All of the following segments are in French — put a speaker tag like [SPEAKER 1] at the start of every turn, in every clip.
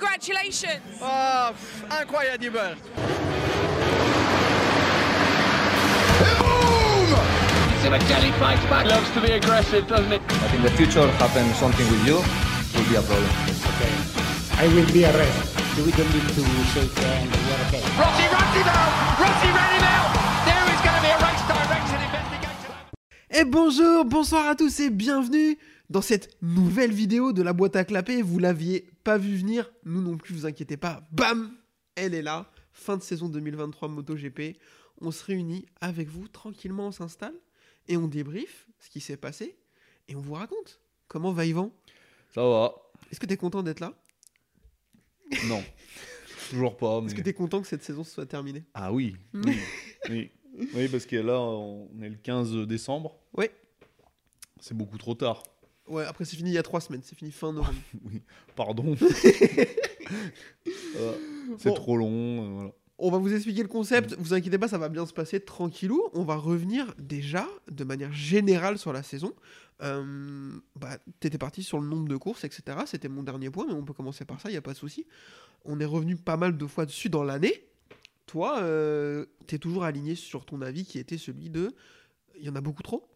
[SPEAKER 1] Congratulations.
[SPEAKER 2] Ah, pff, incroyable.
[SPEAKER 3] Loves to be aggressive, doesn't it?
[SPEAKER 4] But in the future, happen something with you, it will be a problem.
[SPEAKER 5] I will be arrested. We don't need to shake hands. We are okay.
[SPEAKER 3] Rossi runs him out! Rossi ran him out! There is going to be a race direction investigation.
[SPEAKER 6] Et Eh, bonjour, bonsoir à tous et bienvenue dans cette nouvelle vidéo de la boîte à clapper. Vous l'aviez pas vu venir, nous non plus, vous inquiétez pas. Bam Elle est là, fin de saison 2023 MotoGP. On se réunit avec vous tranquillement, on s'installe et on débrief ce qui s'est passé et on vous raconte comment va Yvan.
[SPEAKER 2] Ça va.
[SPEAKER 6] Est-ce que t'es content d'être là
[SPEAKER 2] Non. Toujours pas.
[SPEAKER 6] Est-ce
[SPEAKER 2] mais-
[SPEAKER 6] que t'es content que cette saison soit terminée
[SPEAKER 2] Ah oui.
[SPEAKER 6] Mm.
[SPEAKER 2] Oui. oui. Oui, parce que là, on est le 15 décembre.
[SPEAKER 6] Ouais.
[SPEAKER 2] C'est beaucoup trop tard.
[SPEAKER 6] Ouais, après c'est fini il y a trois semaines, c'est fini fin novembre.
[SPEAKER 2] Pardon. Euh, c'est
[SPEAKER 6] Bon.
[SPEAKER 2] trop long. euh, voilà.
[SPEAKER 6] On va vous expliquer le concept, vous inquiétez pas, ça va bien se passer tranquillou. On va revenir déjà de manière générale sur la saison. Euh, bah, T'étais parti sur le nombre de courses, etc. C'était mon dernier point, mais on peut commencer par ça, il n'y a pas de souci. On est revenu pas mal de fois dessus dans l'année. Toi, euh, t'es toujours aligné sur ton avis qui était celui de il y en a beaucoup trop.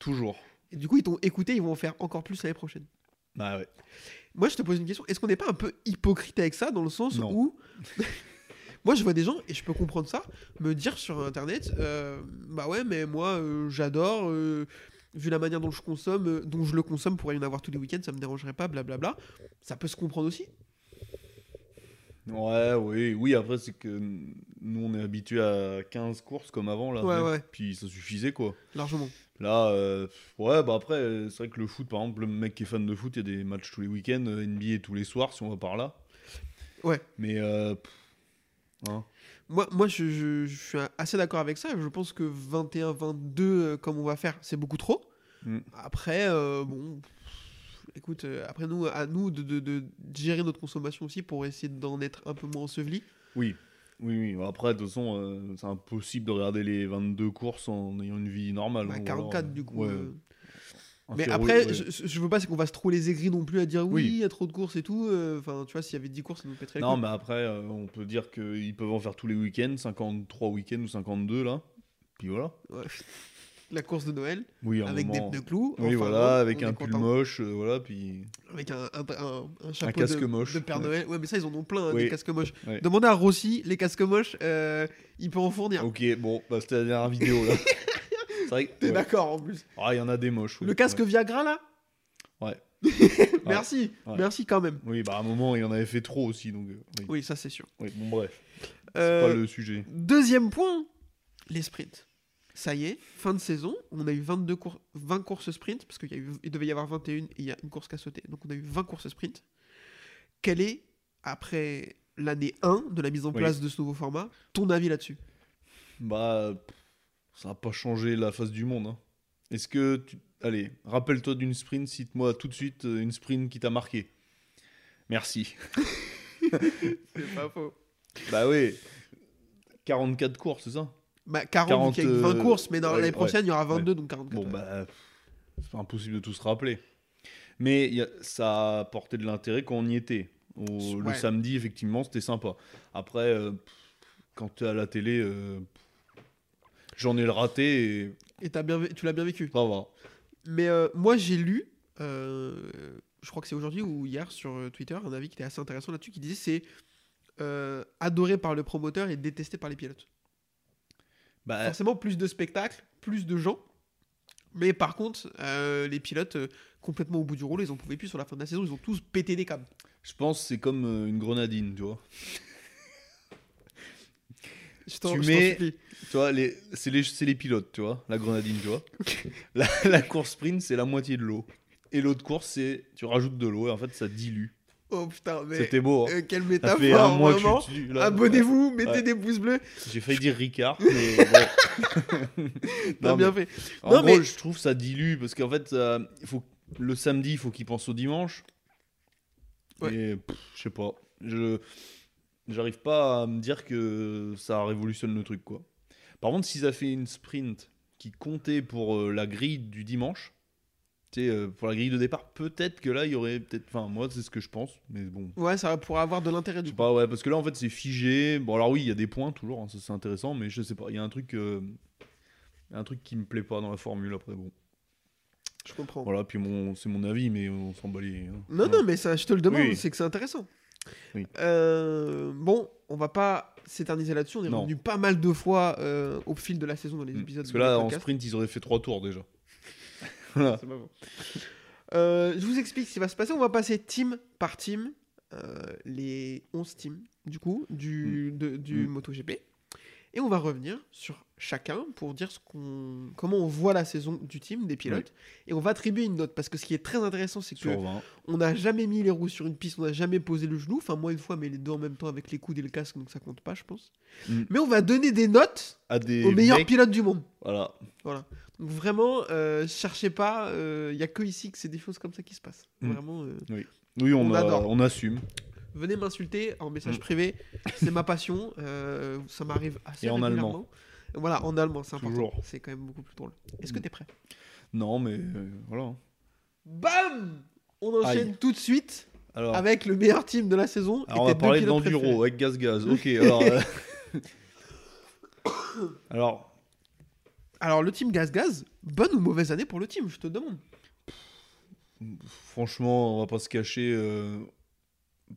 [SPEAKER 2] Toujours.
[SPEAKER 6] Et du coup, ils t'ont écouté, ils vont en faire encore plus l'année prochaine.
[SPEAKER 2] Bah ouais.
[SPEAKER 6] Moi, je te pose une question. Est-ce qu'on n'est pas un peu hypocrite avec ça dans le sens
[SPEAKER 2] Non.
[SPEAKER 6] où. moi, je vois des gens, et je peux comprendre ça, me dire sur Internet euh, Bah ouais, mais moi, euh, j'adore. euh, vu la manière dont je consomme, euh, dont je le consomme pour aller en avoir tous les week-ends, ça me dérangerait pas, blablabla. Ça peut se comprendre aussi.
[SPEAKER 2] Ouais, oui, oui. Après, c'est que nous, on est habitué à 15 courses comme avant. Là,
[SPEAKER 6] Ouais, ouais.
[SPEAKER 2] Puis ça suffisait, quoi.
[SPEAKER 6] Largement.
[SPEAKER 2] Là, euh, ouais, bah après, euh, c'est vrai que le foot, par exemple, le mec qui est fan de foot, il y a des matchs tous les week-ends, euh, NBA tous les soirs, si on va par là.
[SPEAKER 6] Ouais.
[SPEAKER 2] Mais, euh, pff, hein.
[SPEAKER 6] Moi, moi je, je- je suis assez d'accord avec ça. Je pense que 21, 22, euh, comme on va faire, c'est beaucoup trop.
[SPEAKER 2] Mm.
[SPEAKER 6] Après, euh, bon, pff, écoute, euh, après nous, à nous de, de- de gérer notre consommation aussi pour essayer d'en être un peu moins enseveli.
[SPEAKER 2] oui. Oui, oui. Bah Après, de toute façon, euh, c'est impossible de regarder les 22 courses en ayant une vie normale.
[SPEAKER 6] à
[SPEAKER 2] hein, ou alors,
[SPEAKER 6] 44
[SPEAKER 2] euh,
[SPEAKER 6] Bah, du coup.
[SPEAKER 2] ouais,
[SPEAKER 6] euh.
[SPEAKER 2] un
[SPEAKER 6] Mais
[SPEAKER 2] ferro-
[SPEAKER 6] après,
[SPEAKER 2] ouais.
[SPEAKER 6] je, je veux pas, c'est qu'on va se trop les aigris non plus à dire oui,
[SPEAKER 2] Oui.
[SPEAKER 6] il y a trop de courses et tout. euh, Enfin, tu vois, s'il y avait 10 courses, ça nous pèterait le
[SPEAKER 2] Non,
[SPEAKER 6] cul.
[SPEAKER 2] mais après, euh, on peut dire qu'ils peuvent en faire tous les week-ends, 53 week-ends ou 52, là. Puis voilà.
[SPEAKER 6] Ouais. La course de Noël,
[SPEAKER 2] Oui, à un
[SPEAKER 6] avec
[SPEAKER 2] moment-
[SPEAKER 6] des pneus clous.
[SPEAKER 2] Oui,
[SPEAKER 6] enfin,
[SPEAKER 2] voilà,
[SPEAKER 6] bon,
[SPEAKER 2] avec
[SPEAKER 6] on
[SPEAKER 2] un
[SPEAKER 6] est
[SPEAKER 2] pull
[SPEAKER 6] content.
[SPEAKER 2] moche, euh, voilà, puis...
[SPEAKER 6] Avec un, un- un- un chapeau
[SPEAKER 2] casque
[SPEAKER 6] de,
[SPEAKER 2] moche,
[SPEAKER 6] de Père
[SPEAKER 2] ouais.
[SPEAKER 6] Noël. Ouais, mais ça, ils en ont plein, hein,
[SPEAKER 2] Oui.
[SPEAKER 6] des casques moches.
[SPEAKER 2] Ouais.
[SPEAKER 6] Demandez à Rossi, les casques moches, euh, il peut en fournir.
[SPEAKER 2] Ok, bon, bah, c'était la dernière vidéo là. C'est vrai que.
[SPEAKER 6] T'es
[SPEAKER 2] ouais.
[SPEAKER 6] d'accord en plus.
[SPEAKER 2] Ah, il y en a des moches. oui.
[SPEAKER 6] Le casque
[SPEAKER 2] Ouais.
[SPEAKER 6] Viagra là
[SPEAKER 2] Ouais.
[SPEAKER 6] Merci,
[SPEAKER 2] Ouais.
[SPEAKER 6] merci quand même.
[SPEAKER 2] Oui, bah à un moment, il y en avait fait trop aussi, donc. euh, Oui,
[SPEAKER 6] Oui, ça c'est sûr.
[SPEAKER 2] Oui, bon, bref.
[SPEAKER 6] Euh,
[SPEAKER 2] Pas le sujet.
[SPEAKER 6] Deuxième point, les sprints. Ça y est, fin de saison, on a eu 22 cour- 20 courses sprint, parce qu'il y a eu- il devait y avoir 21 et il y a une course qui a sauté, donc on a eu 20 courses sprint. Quel est, après l'année 1 de la mise en
[SPEAKER 2] Oui.
[SPEAKER 6] place de ce nouveau format, ton avis là-dessus
[SPEAKER 2] Bah, euh, pff, ça n'a pas changé la face du monde. hein. Est-ce que. Tu... Allez, rappelle-toi d'une sprint, cite-moi tout de suite euh, une sprint qui t'a marqué. Merci.
[SPEAKER 6] C'est pas faux.
[SPEAKER 2] bah, oui. 44 courses, c'est ça
[SPEAKER 6] Bah, 40,
[SPEAKER 2] 40,
[SPEAKER 6] vu qu'il y a eu 20
[SPEAKER 2] euh,
[SPEAKER 6] courses, mais dans
[SPEAKER 2] ouais,
[SPEAKER 6] l'année prochaine, il y aura
[SPEAKER 2] ouais.
[SPEAKER 6] 22, donc 44.
[SPEAKER 2] Bon,
[SPEAKER 6] ouais.
[SPEAKER 2] bah, pff, c'est impossible de tout se rappeler. Mais il y a- ça a apporté de l'intérêt quand on y était. Au- Le
[SPEAKER 6] Ouais.
[SPEAKER 2] samedi, effectivement, c'était sympa. Après, euh, pff, quand tu es à la télé, euh, pff, j'en ai le raté et
[SPEAKER 6] Et t'as bien, vé- tu l'as bien vécu.
[SPEAKER 2] ça va.
[SPEAKER 6] Mais euh, moi, j'ai lu, euh, je crois que c'est aujourd'hui ou hier sur euh, Twitter, un avis qui était assez intéressant là-dessus, qui disait c'est euh, adoré par le promoteur et détesté par les pilotes.
[SPEAKER 2] Bah,
[SPEAKER 6] Forcément, plus de spectacles, plus de gens. Mais par contre, euh, les pilotes, euh, complètement au bout du rouleau, ils en pouvaient plus sur la fin de la saison, ils ont tous pété des câbles.
[SPEAKER 2] je pense que c'est comme euh, une grenadine, tu vois.
[SPEAKER 6] Je t'en-
[SPEAKER 2] Tu
[SPEAKER 6] je t'en
[SPEAKER 2] mets-
[SPEAKER 6] supplie.
[SPEAKER 2] Tu vois, les, c'est, les, c'est les pilotes, tu vois, la grenadine, tu vois. La, la course sprint, c'est la moitié de l'eau. Et l'autre course, c'est tu rajoutes de l'eau et en fait, ça dilue.
[SPEAKER 6] Oh putain, mais
[SPEAKER 2] C'était beau, hein.
[SPEAKER 6] euh, quelle
[SPEAKER 2] Ça fait un
[SPEAKER 6] métaphore,
[SPEAKER 2] mois que je
[SPEAKER 6] vraiment.
[SPEAKER 2] suis dessus, là.
[SPEAKER 6] Abonnez-vous, mettez
[SPEAKER 2] Ouais.
[SPEAKER 6] des pouces bleus.
[SPEAKER 2] J'ai failli dire Ricard, mais bon.
[SPEAKER 6] T'as
[SPEAKER 2] Non,
[SPEAKER 6] bien
[SPEAKER 2] mais
[SPEAKER 6] fait.
[SPEAKER 2] En
[SPEAKER 6] Non,
[SPEAKER 2] gros,
[SPEAKER 6] mais-
[SPEAKER 2] je trouve ça dilue parce qu'en fait, ça- il faut, le samedi, il faut qu'il pense au dimanche.
[SPEAKER 6] Ouais.
[SPEAKER 2] Et pff, je sais pas. Je j'arrive pas à me dire que ça révolutionne le truc, quoi. Par contre, s'ils avaient fait une sprint qui comptait pour euh, la grille du dimanche, Tu sais, euh, pour la grille de départ, peut-être que là, il y aurait peut-être. Enfin, moi, c'est ce que je pense, mais bon.
[SPEAKER 6] Ouais, ça pourra avoir de l'intérêt
[SPEAKER 2] Je
[SPEAKER 6] du
[SPEAKER 2] sais
[SPEAKER 6] coup.
[SPEAKER 2] pas, ouais, parce que là, en fait, c'est figé. Bon, alors oui, il y a des points toujours, hein, ça c'est intéressant, mais je sais pas. Il y a un truc. euh, Un truc qui me plaît pas dans la formule après, bon.
[SPEAKER 6] Je comprends.
[SPEAKER 2] Voilà, puis mon, c'est mon avis, mais on s'en bat les. hein.
[SPEAKER 6] Non, non, mais ça, je te le demande,
[SPEAKER 2] Oui.
[SPEAKER 6] c'est que c'est intéressant.
[SPEAKER 2] Oui.
[SPEAKER 6] Euh, bon, on va pas s'éterniser là-dessus. On est
[SPEAKER 2] Non.
[SPEAKER 6] revenu pas mal de fois euh, au fil de la saison dans les
[SPEAKER 2] Mm.
[SPEAKER 6] épisodes.
[SPEAKER 2] Parce
[SPEAKER 6] de
[SPEAKER 2] que là, en
[SPEAKER 6] podcast.
[SPEAKER 2] sprint, ils auraient fait trois tours déjà. voilà.
[SPEAKER 6] C'est pas bon. Euh, je vous explique ce qui va se passer. On va passer team par team, euh, les 11 teams du coup du, de- du
[SPEAKER 2] Mm.
[SPEAKER 6] MotoGP, et on va revenir sur chacun pour dire ce qu'on, comment on voit la saison du team des pilotes, et on va attribuer une note parce que ce qui est très intéressant, c'est que
[SPEAKER 2] Sur 20.
[SPEAKER 6] on n'a jamais mis les roues sur une piste, on n'a jamais posé le genou. Enfin, moi une fois, mais les deux en même temps avec les coudes et le casque, donc ça compte pas, je pense.
[SPEAKER 2] Mm.
[SPEAKER 6] Mais on va donner des notes
[SPEAKER 2] À des.
[SPEAKER 6] aux meilleurs
[SPEAKER 2] mecs-
[SPEAKER 6] pilotes du monde.
[SPEAKER 2] Voilà.
[SPEAKER 6] Donc vraiment, euh, cherchez pas. Il y a que ici que c'est des choses comme ça qui se passent.
[SPEAKER 2] Mm.
[SPEAKER 6] Vraiment, euh,
[SPEAKER 2] Oui, on,
[SPEAKER 6] On
[SPEAKER 2] a-
[SPEAKER 6] adore.
[SPEAKER 2] on assume.
[SPEAKER 6] venez m'insulter en message
[SPEAKER 2] Mm.
[SPEAKER 6] privé. C'est ma passion. euh, ça m'arrive assez
[SPEAKER 2] Et en allemand.
[SPEAKER 6] régulièrement. Voilà, en allemand, c'est important.
[SPEAKER 2] Toujours. Mm.
[SPEAKER 6] C'est quand même beaucoup plus drôle. Est-ce que t'es prêt
[SPEAKER 2] Non, mais euh, voilà.
[SPEAKER 6] Bam On enchaîne
[SPEAKER 2] Aïe.
[SPEAKER 6] tout de suite
[SPEAKER 2] Alors,
[SPEAKER 6] avec le meilleur team de la saison.
[SPEAKER 2] alors,
[SPEAKER 6] et
[SPEAKER 2] on
[SPEAKER 6] Ah, tes
[SPEAKER 2] va
[SPEAKER 6] deux
[SPEAKER 2] parler
[SPEAKER 6] pilotes préférés.
[SPEAKER 2] d'enduro avec gaz-gaz. Ok, alors. euh, alors,
[SPEAKER 6] Alors, le team Gaz Gaz, bonne ou mauvaise année pour le team, je te demande.
[SPEAKER 2] franchement, on va pas se cacher. euh,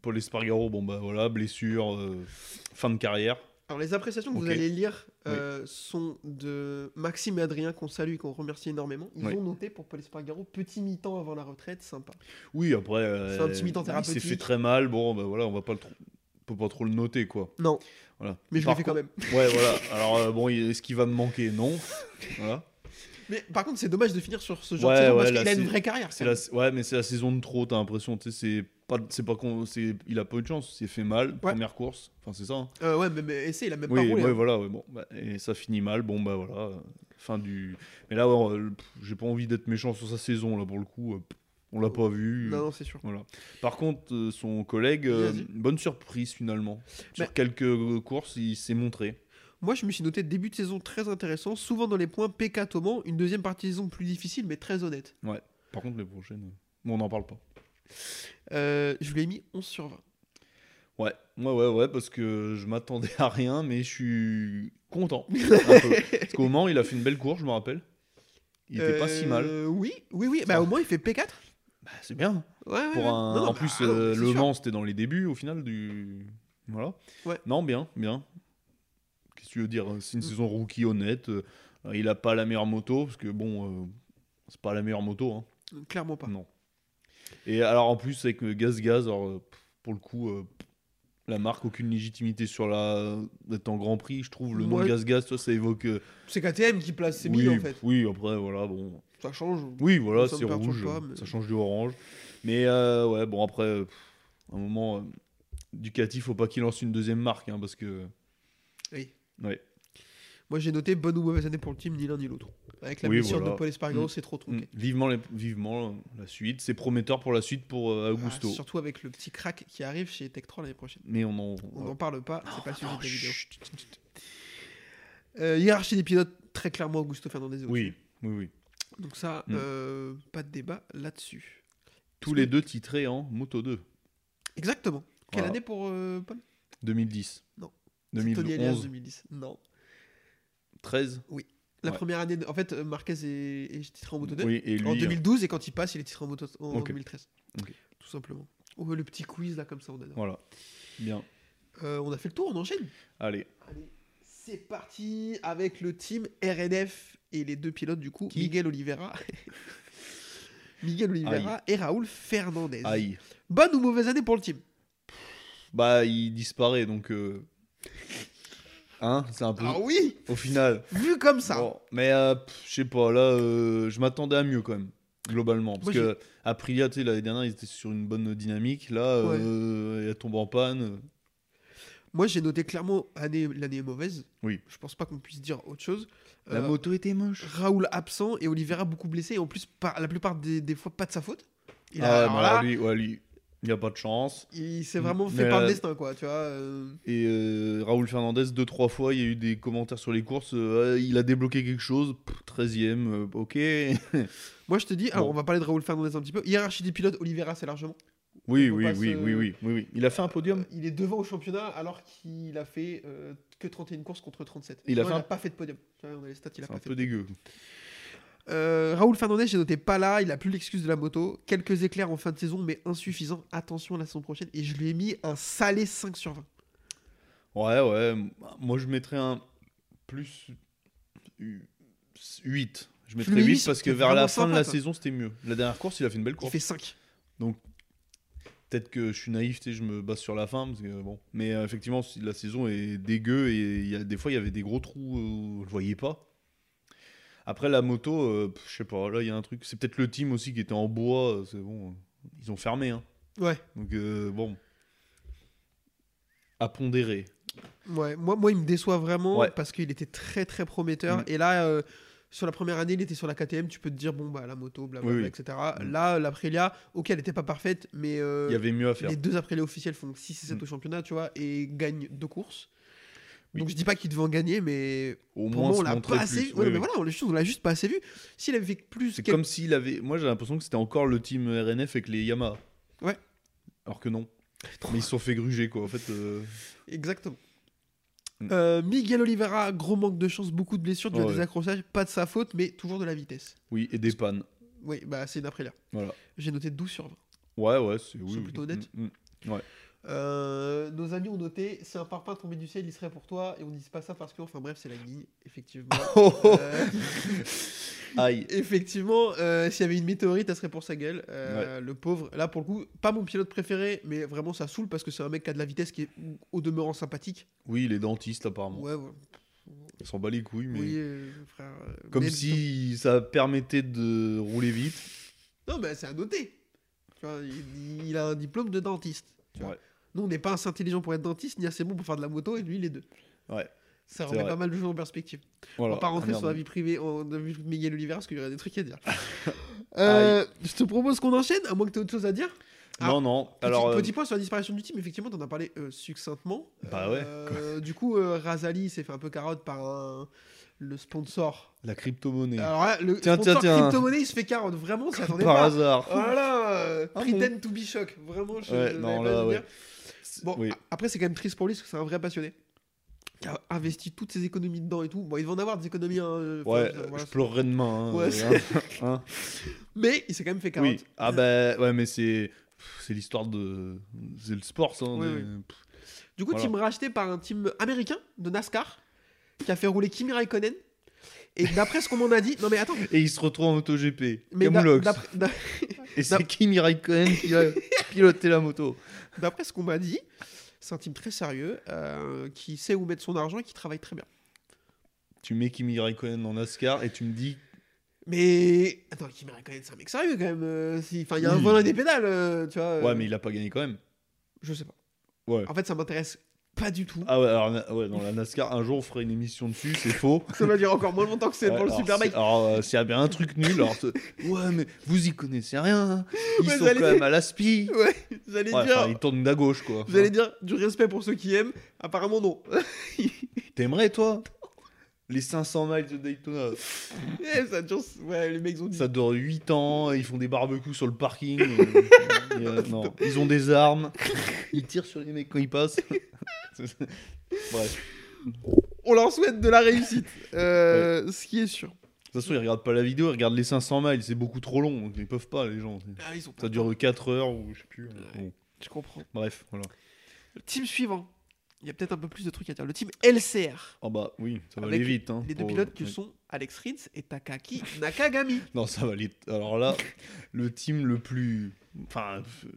[SPEAKER 2] Paul Espargaro, bon bah voilà, blessure, euh, fin de carrière.
[SPEAKER 6] Alors, les appréciations que
[SPEAKER 2] Ok.
[SPEAKER 6] vous allez lire
[SPEAKER 2] Oui.
[SPEAKER 6] euh, sont de Maxime et Adrien, qu'on salue et qu'on remercie énormément. Ils
[SPEAKER 2] Oui.
[SPEAKER 6] ont noté pour Paul Espargaro, petit mi-temps avant la retraite, sympa.
[SPEAKER 2] Oui, après, euh,
[SPEAKER 6] C'est un petit mi-temps
[SPEAKER 2] il s'est
[SPEAKER 6] thérapeutique.
[SPEAKER 2] fait très mal. Bon, bah voilà, on va pas le, tr- on peut pas trop le noter quoi.
[SPEAKER 6] Non,
[SPEAKER 2] Voilà.
[SPEAKER 6] mais je l'ai
[SPEAKER 2] Par
[SPEAKER 6] fait quand même.
[SPEAKER 2] contre- Ouais, voilà. Alors euh, bon, il- est-ce qu'il va me manquer Non. Voilà.
[SPEAKER 6] Mais par contre, c'est dommage de finir sur ce genre
[SPEAKER 2] Ouais,
[SPEAKER 6] de saison
[SPEAKER 2] ouais,
[SPEAKER 6] parce
[SPEAKER 2] là,
[SPEAKER 6] qu'il a une
[SPEAKER 2] c'est-
[SPEAKER 6] vraie carrière.
[SPEAKER 2] C'est
[SPEAKER 6] quand
[SPEAKER 2] la,
[SPEAKER 6] même.
[SPEAKER 2] ouais, mais c'est la saison de trop. T'as l'impression, tu sais, c'est pas, c'est pas con, c'est, il a pas eu de chance. C'est fait mal, première course. Enfin, c'est ça. hein.
[SPEAKER 6] Euh, ouais, mais, mais essaye, il a même
[SPEAKER 2] Oui,
[SPEAKER 6] pas roulé.
[SPEAKER 2] ouais,
[SPEAKER 6] hein.
[SPEAKER 2] voilà, ouais, bon, bah, et ça finit mal, bon bah voilà, euh, fin du. Mais là, ouais, on- euh, pff, j'ai pas envie d'être méchant sur sa saison là pour le coup, euh, pff, on l'a pas vu.
[SPEAKER 6] Oh. Non, non, c'est sûr.
[SPEAKER 2] Voilà. Par contre, euh, son collègue, euh,
[SPEAKER 6] Vas-y.
[SPEAKER 2] bonne surprise finalement. Sur
[SPEAKER 6] Bah-
[SPEAKER 2] quelques euh, courses, il s'est montré.
[SPEAKER 6] Moi, je me suis noté début de saison très intéressant, souvent dans les points PK Thoman, une deuxième partie de saison plus difficile, mais très honnête.
[SPEAKER 2] Par contre, les prochaines, euh, bon, on n'en parle pas.
[SPEAKER 6] Euh, je lui ai mis 11 sur 20.
[SPEAKER 2] Ouais, ouais, ouais, ouais, parce que je m'attendais à rien, mais je suis content. un peu. Parce qu'au Mans, il a fait une belle course, je me rappelle. Il était pas si mal. Ah.
[SPEAKER 6] Euh, Oui, oui, oui. Bah, au moins, il fait P4.
[SPEAKER 2] Bah, c'est bien.
[SPEAKER 6] Ouais, ouais,
[SPEAKER 2] pour
[SPEAKER 6] ouais.
[SPEAKER 2] un...
[SPEAKER 6] Non, non,
[SPEAKER 2] en
[SPEAKER 6] bah,
[SPEAKER 2] plus,
[SPEAKER 6] ah non,
[SPEAKER 2] euh,
[SPEAKER 6] c'est
[SPEAKER 2] Le
[SPEAKER 6] sûr.
[SPEAKER 2] Mans, c'était dans les débuts, au final, du... Voilà.
[SPEAKER 6] Ouais. Mm.
[SPEAKER 2] Non, bien, bien. Qu'est-ce que tu veux dire hein C'est une saison rookie honnête. euh, Il a pas la meilleure moto, parce que, bon, euh, c'est pas la meilleure moto. hein.
[SPEAKER 6] Clairement pas.
[SPEAKER 2] Non. Et alors, en plus, avec euh, Gaz-Gaz, pour le coup... euh, la marque, aucune légitimité sur la. d'être en Grand Prix, je trouve. Le nom
[SPEAKER 6] Ouais.
[SPEAKER 2] Gaz-Gaz, toi, ça évoque. euh,
[SPEAKER 6] C'est KTM qui place ses
[SPEAKER 2] oui,
[SPEAKER 6] billes en fait.
[SPEAKER 2] Oui, après, voilà, bon.
[SPEAKER 6] Ça change.
[SPEAKER 2] Oui, voilà,
[SPEAKER 6] Ça me
[SPEAKER 2] c'est
[SPEAKER 6] perturbe
[SPEAKER 2] rouge,
[SPEAKER 6] pas, mais-
[SPEAKER 2] ça change du orange. Mais euh, ouais, bon après, euh, pff, à un moment, euh, Ducati, faut pas qu'il lance une deuxième marque, hein, parce que
[SPEAKER 6] Oui.
[SPEAKER 2] ouais,
[SPEAKER 6] Moi j'ai noté bonne ou mauvaise année pour le team, ni l'un ni l'autre. Avec la
[SPEAKER 2] Oui,
[SPEAKER 6] blessure
[SPEAKER 2] voilà.
[SPEAKER 6] de Paul Espargaro,
[SPEAKER 2] Mm.
[SPEAKER 6] c'est trop
[SPEAKER 2] Mm.
[SPEAKER 6] truqué.
[SPEAKER 2] vivement, les- vivement euh, la suite. C'est prometteur pour la suite pour euh,
[SPEAKER 6] Ah,
[SPEAKER 2] Augusto.
[SPEAKER 6] surtout avec le petit crack qui arrive chez Tech 3 l'année prochaine.
[SPEAKER 2] Mais on en.
[SPEAKER 6] On n'en parle pas, c'est pas le sujet
[SPEAKER 2] Oh,
[SPEAKER 6] de la vidéo.
[SPEAKER 2] chut.
[SPEAKER 6] Euh, hiérarchie des pilotes, très clairement Augusto Fernandez. est au-dessus.
[SPEAKER 2] Oui, oui, oui.
[SPEAKER 6] Donc ça,
[SPEAKER 2] Mm.
[SPEAKER 6] euh, pas de débat là-dessus.
[SPEAKER 2] Tous
[SPEAKER 6] Parce
[SPEAKER 2] les
[SPEAKER 6] que-
[SPEAKER 2] deux titrés en Moto 2,
[SPEAKER 6] Exactement. Quelle
[SPEAKER 2] Voilà.
[SPEAKER 6] année pour euh, Paul
[SPEAKER 2] 2010.
[SPEAKER 6] Non. C'est Tony Elias
[SPEAKER 2] 2011,
[SPEAKER 6] 2010. Non.
[SPEAKER 2] 13.
[SPEAKER 6] La
[SPEAKER 2] Ouais.
[SPEAKER 6] première année, de- en fait, euh, Marquez est, est titré en moto 2.
[SPEAKER 2] Oui, et lui.
[SPEAKER 6] en
[SPEAKER 2] euh,
[SPEAKER 6] 2012 et quand il passe, il est titré en moto en
[SPEAKER 2] Ok.
[SPEAKER 6] 2013.
[SPEAKER 2] Ok.
[SPEAKER 6] Tout simplement. Oh, le petit quiz là comme ça, on adore.
[SPEAKER 2] Voilà. Bien.
[SPEAKER 6] Euh, on a fait le tour, on enchaîne.
[SPEAKER 2] Allez.
[SPEAKER 6] Allez, c'est parti avec le team RNF et les deux pilotes du coup,
[SPEAKER 2] Qui
[SPEAKER 6] Miguel Oliveira. Miguel Oliveira et Raoul Fernandez.
[SPEAKER 2] Aïe. Euh.
[SPEAKER 6] Bonne ou mauvaise année pour le team
[SPEAKER 2] Bah, il disparaît donc. euh, Hein, c'est un peu.
[SPEAKER 6] Ah oui,
[SPEAKER 2] Au final.
[SPEAKER 6] vu comme ça.
[SPEAKER 2] Bon, mais euh, pff, je sais pas, là, euh, je m'attendais à mieux quand même, globalement. Parce
[SPEAKER 6] Moi,
[SPEAKER 2] que Aprilia, tu sais, l'année dernière, ils étaient sur une bonne dynamique. Là, euh, elle tombe en panne.
[SPEAKER 6] Moi j'ai noté clairement année- l'année est mauvaise.
[SPEAKER 2] Oui.
[SPEAKER 6] Je pense pas qu'on puisse dire autre chose.
[SPEAKER 2] La
[SPEAKER 6] Euh,
[SPEAKER 2] moto était moche.
[SPEAKER 6] Raoul absent et Oliveira beaucoup blessé et en plus par, la plupart des, des fois pas de sa faute. Il a-
[SPEAKER 2] ah, ouais,
[SPEAKER 6] alors
[SPEAKER 2] mais
[SPEAKER 6] là,
[SPEAKER 2] lui, ouais, lui. Il n'y a pas de chance.
[SPEAKER 6] Il s'est vraiment fait
[SPEAKER 2] Mais,
[SPEAKER 6] par le
[SPEAKER 2] euh,
[SPEAKER 6] destin, quoi, tu vois. euh,
[SPEAKER 2] Et euh, Raoul Fernandez, deux, trois fois, il y a eu des commentaires sur les courses. euh, Ah, il a débloqué quelque chose. Pff, 13ème, euh, ok.
[SPEAKER 6] Moi, je te dis, alors
[SPEAKER 2] Bon.
[SPEAKER 6] on va parler de Raoul Fernandez un petit peu. Hiérarchie des pilotes, Oliveira, c'est largement.
[SPEAKER 2] oui, oui,
[SPEAKER 6] faut
[SPEAKER 2] oui,
[SPEAKER 6] pas se-
[SPEAKER 2] oui, oui, oui, oui. Il a fait un podium.
[SPEAKER 6] Euh, il est devant au championnat alors qu'il a fait euh, que 31 courses contre 37.
[SPEAKER 2] Il a
[SPEAKER 6] Non,
[SPEAKER 2] fait un-
[SPEAKER 6] il pas fait de podium. Tu vois, on a les stats, il a
[SPEAKER 2] C'est
[SPEAKER 6] pas
[SPEAKER 2] un
[SPEAKER 6] fait.
[SPEAKER 2] peu dégueu.
[SPEAKER 6] Euh, Raoul Fernandez, j'ai noté pas là, il a plus l'excuse de la moto. Quelques éclairs en fin de saison, mais insuffisants. Attention à la saison prochaine. Et je lui ai mis un salé 5 sur 20.
[SPEAKER 2] Ouais, ouais. m- Moi, je mettrais un plus 8. Je mettrais
[SPEAKER 6] Plus
[SPEAKER 2] 8
[SPEAKER 6] huit,
[SPEAKER 2] parce que
[SPEAKER 6] c'était
[SPEAKER 2] vers la
[SPEAKER 6] vraiment
[SPEAKER 2] fin de
[SPEAKER 6] sympa,
[SPEAKER 2] la
[SPEAKER 6] quoi.
[SPEAKER 2] saison, c'était mieux. La dernière course, il a fait une belle
[SPEAKER 6] Il
[SPEAKER 2] course.
[SPEAKER 6] fait 5.
[SPEAKER 2] Peut-être que je suis naïf, tu sais, je me base sur la fin. Parce que, bon. Mais euh, effectivement, si la saison est dégueu et il y a, des fois, il y avait des gros trous, euh, je voyais pas. Après, la moto, euh, pff, je sais pas, là, il y a un truc. C'est peut-être le team aussi qui était en bois. euh, C'est bon. euh, Ils ont fermé, hein.
[SPEAKER 6] Ouais.
[SPEAKER 2] Donc, euh, bon. À pondérer.
[SPEAKER 6] Ouais, moi, moi, il me déçoit vraiment
[SPEAKER 2] Ouais.
[SPEAKER 6] parce qu'il était très très prometteur.
[SPEAKER 2] Mm.
[SPEAKER 6] Et là, euh, sur la première année, il était sur la KTM. Tu peux te dire, bon, bah la moto, blablabla,
[SPEAKER 2] Oui, oui.
[SPEAKER 6] etc.
[SPEAKER 2] Mm.
[SPEAKER 6] Là, l'Aprilia, ok, elle n'était pas parfaite, mais euh,
[SPEAKER 2] Il y avait mieux à faire.
[SPEAKER 6] les deux Aprilia officiels font 6 et 7
[SPEAKER 2] Mm.
[SPEAKER 6] au championnat, tu vois, et gagnent deux courses.
[SPEAKER 2] Oui.
[SPEAKER 6] Donc je dis pas qu'il devait en gagner, mais
[SPEAKER 2] Au
[SPEAKER 6] pour
[SPEAKER 2] moins,
[SPEAKER 6] moi, on
[SPEAKER 2] se
[SPEAKER 6] l'a
[SPEAKER 2] montrer
[SPEAKER 6] pas assez
[SPEAKER 2] plus.
[SPEAKER 6] vu.
[SPEAKER 2] Oui,
[SPEAKER 6] Ouais, mais
[SPEAKER 2] oui.
[SPEAKER 6] voilà, on l'a juste- on l'a juste pas assez vu. S'il avait fait plus.
[SPEAKER 2] C'est
[SPEAKER 6] quel-
[SPEAKER 2] comme s'il avait. Moi, j'ai l'impression que c'était encore le team RNF avec les Yamaha.
[SPEAKER 6] Ouais.
[SPEAKER 2] Alors que non. Mais ils se sont fait gruger, quoi. En fait, euh,
[SPEAKER 6] Exactement.
[SPEAKER 2] Mm.
[SPEAKER 6] Euh, Miguel Oliveira, gros manque de chance, beaucoup de blessures, du
[SPEAKER 2] Oh,
[SPEAKER 6] des
[SPEAKER 2] ouais.
[SPEAKER 6] accrochages, pas de sa faute, mais toujours de la vitesse.
[SPEAKER 2] oui, et des pannes.
[SPEAKER 6] Oui, bah c'est une Aprilia.
[SPEAKER 2] Voilà.
[SPEAKER 6] J'ai noté 12 sur 20.
[SPEAKER 2] Ouais, ouais, c'est. Oui,
[SPEAKER 6] sont
[SPEAKER 2] oui.
[SPEAKER 6] plutôt honnêtes.
[SPEAKER 2] Mm, mm.
[SPEAKER 6] Euh, nos amis ont noté si un parpaing tombait du ciel, il serait pour toi. Et on ne dit pas ça parce que, enfin bref, c'est la guigne, effectivement.
[SPEAKER 2] Oh,
[SPEAKER 6] Euh,
[SPEAKER 2] Aïe.
[SPEAKER 6] effectivement, euh, s'il y avait une météorite, elle serait pour sa gueule. Euh, Le pauvre, là pour le coup, pas mon pilote préféré, mais vraiment ça saoule parce que c'est un mec qui a de la vitesse qui est au demeurant sympathique.
[SPEAKER 2] Oui, les dentistes, apparemment.
[SPEAKER 6] Ouais, ouais.
[SPEAKER 2] Ils s'en bat les couilles, Oh. mais.
[SPEAKER 6] oui, euh, frère. euh,
[SPEAKER 2] Comme
[SPEAKER 6] mais-
[SPEAKER 2] si ça permettait de rouler vite.
[SPEAKER 6] Non, mais c'est à noter. Tu vois, il, il a un diplôme de dentiste. tu vois.
[SPEAKER 2] Ouais.
[SPEAKER 6] Nous, on n'est pas assez intelligent pour être dentiste, ni assez bon pour faire de la moto, et lui, les deux.
[SPEAKER 2] Ouais.
[SPEAKER 6] Ça
[SPEAKER 2] C'est
[SPEAKER 6] remet
[SPEAKER 2] vrai.
[SPEAKER 6] pas mal de choses en perspective.
[SPEAKER 2] Voilà.
[SPEAKER 6] On va pas rentrer
[SPEAKER 2] Ah,
[SPEAKER 6] sur la
[SPEAKER 2] merde.
[SPEAKER 6] vie privée en- de Miguel Oliveira parce qu'il y aurait des trucs à dire. Euh, je te propose qu'on enchaîne, à moins que tu aies autre chose à dire. Ah,
[SPEAKER 2] Non, non.
[SPEAKER 6] Petit,
[SPEAKER 2] Alors. euh,
[SPEAKER 6] petit point sur la disparition du team, effectivement, t'en as parlé euh, succinctement.
[SPEAKER 2] Bah ouais.
[SPEAKER 6] Euh, du coup, euh, Razali s'est fait un peu carotte par un- le sponsor.
[SPEAKER 2] La crypto-monnaie.
[SPEAKER 6] Alors là, le
[SPEAKER 2] Tiens,
[SPEAKER 6] sponsor
[SPEAKER 2] tiens, tiens.
[SPEAKER 6] crypto-monnaie, il se fait carotte. Vraiment, ça
[SPEAKER 2] Par
[SPEAKER 6] attendait pas.
[SPEAKER 2] hasard.
[SPEAKER 6] Oh Ah, là là, euh,
[SPEAKER 2] Ah
[SPEAKER 6] pretend to be shock. Vraiment, je
[SPEAKER 2] Ouais,
[SPEAKER 6] je
[SPEAKER 2] non,
[SPEAKER 6] l'avais pas
[SPEAKER 2] là,
[SPEAKER 6] vu
[SPEAKER 2] ouais.
[SPEAKER 6] venir. Bon,
[SPEAKER 2] Oui.
[SPEAKER 6] a- après, c'est quand même triste pour lui parce que c'est un vrai passionné qui a investi toutes ses économies dedans et tout. Bon, il devait en avoir des économies. hein, euh, enfin,
[SPEAKER 2] Ouais,
[SPEAKER 6] je veux dire, voilà,
[SPEAKER 2] je pleurerai demain. hein,
[SPEAKER 6] Ouais,
[SPEAKER 2] euh,
[SPEAKER 6] c'est-
[SPEAKER 2] hein. Hein.
[SPEAKER 6] Mais il s'est quand même fait 40.
[SPEAKER 2] Oui. Ah bah ouais, mais c'est pff, c'est l'histoire de c'est le sport, ça. hein,
[SPEAKER 6] Oui,
[SPEAKER 2] des-
[SPEAKER 6] oui. Du coup,
[SPEAKER 2] Voilà.
[SPEAKER 6] team racheté par un team américain de NASCAR qui a fait rouler Kimi Raikkonen. Et d'après ce qu'on m'en a dit, non mais attends,
[SPEAKER 2] Et il se retrouve en MotoGP.
[SPEAKER 6] mais d'a-
[SPEAKER 2] Camoulox.
[SPEAKER 6] d'après- d'a-
[SPEAKER 2] Et c'est Kimi Raikkonen qui a piloté la moto.
[SPEAKER 6] d'après ce qu'on m'a dit, c'est un team très sérieux euh, qui sait où mettre son argent et qui travaille très bien.
[SPEAKER 2] Tu mets Kimi Raikkonen en NASCAR et tu me dis
[SPEAKER 6] Mais attends, Kimi Raikkonen, c'est un mec sérieux quand même. euh, si- Enfin, il y a un
[SPEAKER 2] Oui.
[SPEAKER 6] volant et des pédales, euh, tu vois. euh,
[SPEAKER 2] ouais, mais il a pas gagné quand même.
[SPEAKER 6] Je sais pas.
[SPEAKER 2] Ouais.
[SPEAKER 6] En fait, ça m'intéresse pas du tout.
[SPEAKER 2] Ah ouais, alors na- ouais, dans la NASCAR, un jour on ferait une émission dessus, c'est faux.
[SPEAKER 6] Ça va dire encore moins longtemps que c'est
[SPEAKER 2] Ah. Ouais,
[SPEAKER 6] pour le
[SPEAKER 2] alors,
[SPEAKER 6] Superbike.
[SPEAKER 2] c'est- Alors, euh, s'il y a bien un truc nul, alors. c'est- Ouais, mais vous y connaissez rien. hein. Ils
[SPEAKER 6] Mais
[SPEAKER 2] sont
[SPEAKER 6] allez-
[SPEAKER 2] quand même à l'aspi. Ouais,
[SPEAKER 6] Ouais, j'allais dire.
[SPEAKER 2] enfin, ils tournent d'à gauche, quoi.
[SPEAKER 6] Vous allez dire du respect pour ceux qui aiment Apparemment non.
[SPEAKER 2] T'aimerais, toi Les 500 miles de Daytona.
[SPEAKER 6] Eh, ça dure- Ouais, les mecs ont dit.
[SPEAKER 2] Ça dure 8 ans, ils font des barbecues sur le parking. euh, et, euh, non. Ils ont des armes, ils tirent sur les mecs quand ils passent. Bref.
[SPEAKER 6] On leur souhaite de la réussite. Euh, Ce qui est sûr.
[SPEAKER 2] De toute façon, ils regardent pas la vidéo, ils regardent les 500 miles, c'est beaucoup trop long, donc ils peuvent pas, les gens.
[SPEAKER 6] Ah, ils ont pas.
[SPEAKER 2] Ça dure 4 heures ou je sais plus. Bon,
[SPEAKER 6] Je comprends.
[SPEAKER 2] Bref, voilà.
[SPEAKER 6] Le team suivant. Il y a peut-être un peu plus de trucs à dire. Le team LCR.
[SPEAKER 2] Ah bah oui, ça va
[SPEAKER 6] Avec
[SPEAKER 2] aller vite. Hein,
[SPEAKER 6] Les deux
[SPEAKER 2] pour-
[SPEAKER 6] pilotes que
[SPEAKER 2] ouais.
[SPEAKER 6] sont Alex Rins et Takaki Nakagami.
[SPEAKER 2] Non, ça va aller. Alors là, le team le plus. Enfin, f-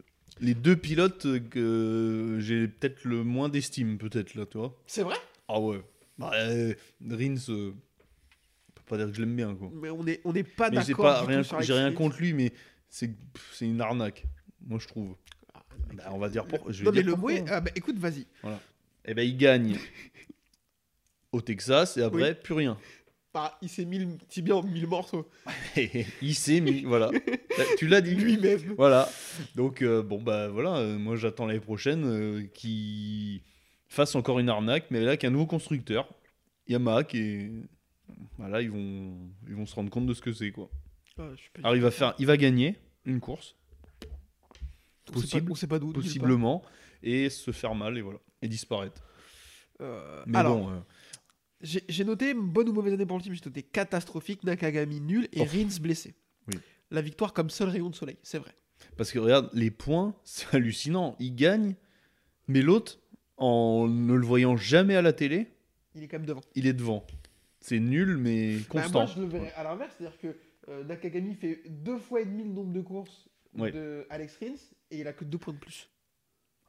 [SPEAKER 2] les deux pilotes que j'ai peut-être le moins d'estime, peut-être là, tu vois.
[SPEAKER 6] C'est vrai
[SPEAKER 2] Ah ouais. Bah, euh, Rins, euh, on peut pas dire que je l'aime bien, quoi.
[SPEAKER 6] Mais on n'est on est pas
[SPEAKER 2] Mais j'ai
[SPEAKER 6] Ah, d'accord.
[SPEAKER 2] pas
[SPEAKER 6] du
[SPEAKER 2] rien,
[SPEAKER 6] tout sur
[SPEAKER 2] j'ai rien
[SPEAKER 6] Alex Rins.
[SPEAKER 2] contre lui, mais c'est pff, c'est une arnaque, moi je trouve. Bah, on va dire pour. Je vais
[SPEAKER 6] Ah, Non, mais
[SPEAKER 2] dire
[SPEAKER 6] le mot
[SPEAKER 2] pourquoi.
[SPEAKER 6] est- ah, bah, écoute, vas-y.
[SPEAKER 2] Eh ben, il gagne au Texas et après plus rien.
[SPEAKER 6] Bah, il s'est mis le tibia en mille morceaux.
[SPEAKER 2] il s'est mis, voilà. Tu l'as dit.
[SPEAKER 6] Lui-même.
[SPEAKER 2] Voilà. Donc, euh, bon, bah voilà, euh, moi j'attends l'année prochaine euh, qu'il fasse encore une arnaque, mais là, qu'un nouveau constructeur, Yamaha, qui est. Voilà, ils vont, ils vont se rendre compte de ce que c'est, quoi.
[SPEAKER 6] Ah, je suis pas-
[SPEAKER 2] Alors, il va, faire, il va gagner une course,
[SPEAKER 6] on sait pas-
[SPEAKER 2] possible,
[SPEAKER 6] On sait pas d'où. nulle part.
[SPEAKER 2] possiblement, et se faire mal, et voilà, et disparaître.
[SPEAKER 6] Euh,
[SPEAKER 2] Mais
[SPEAKER 6] alors,
[SPEAKER 2] bon, euh,
[SPEAKER 6] j'ai j'ai noté bonne ou mauvaise année pour le team. J'ai noté catastrophique, Nakagami nul et
[SPEAKER 2] Oh.
[SPEAKER 6] Rins blessé.
[SPEAKER 2] Oui.
[SPEAKER 6] La victoire comme seul rayon de soleil, c'est vrai.
[SPEAKER 2] parce que regarde, les points, c'est hallucinant. Il gagne, mais l'autre, en ne le voyant jamais à la télé,
[SPEAKER 6] Il est quand même devant.
[SPEAKER 2] il est devant. C'est nul, mais
[SPEAKER 6] Bah,
[SPEAKER 2] constant.
[SPEAKER 6] moi, je le verrais à l'inverse, c'est-à-dire que euh, Nakagami fait deux fois et demi le nombre de courses
[SPEAKER 2] Ouais.
[SPEAKER 6] de Alex Rins et il a que deux points de plus.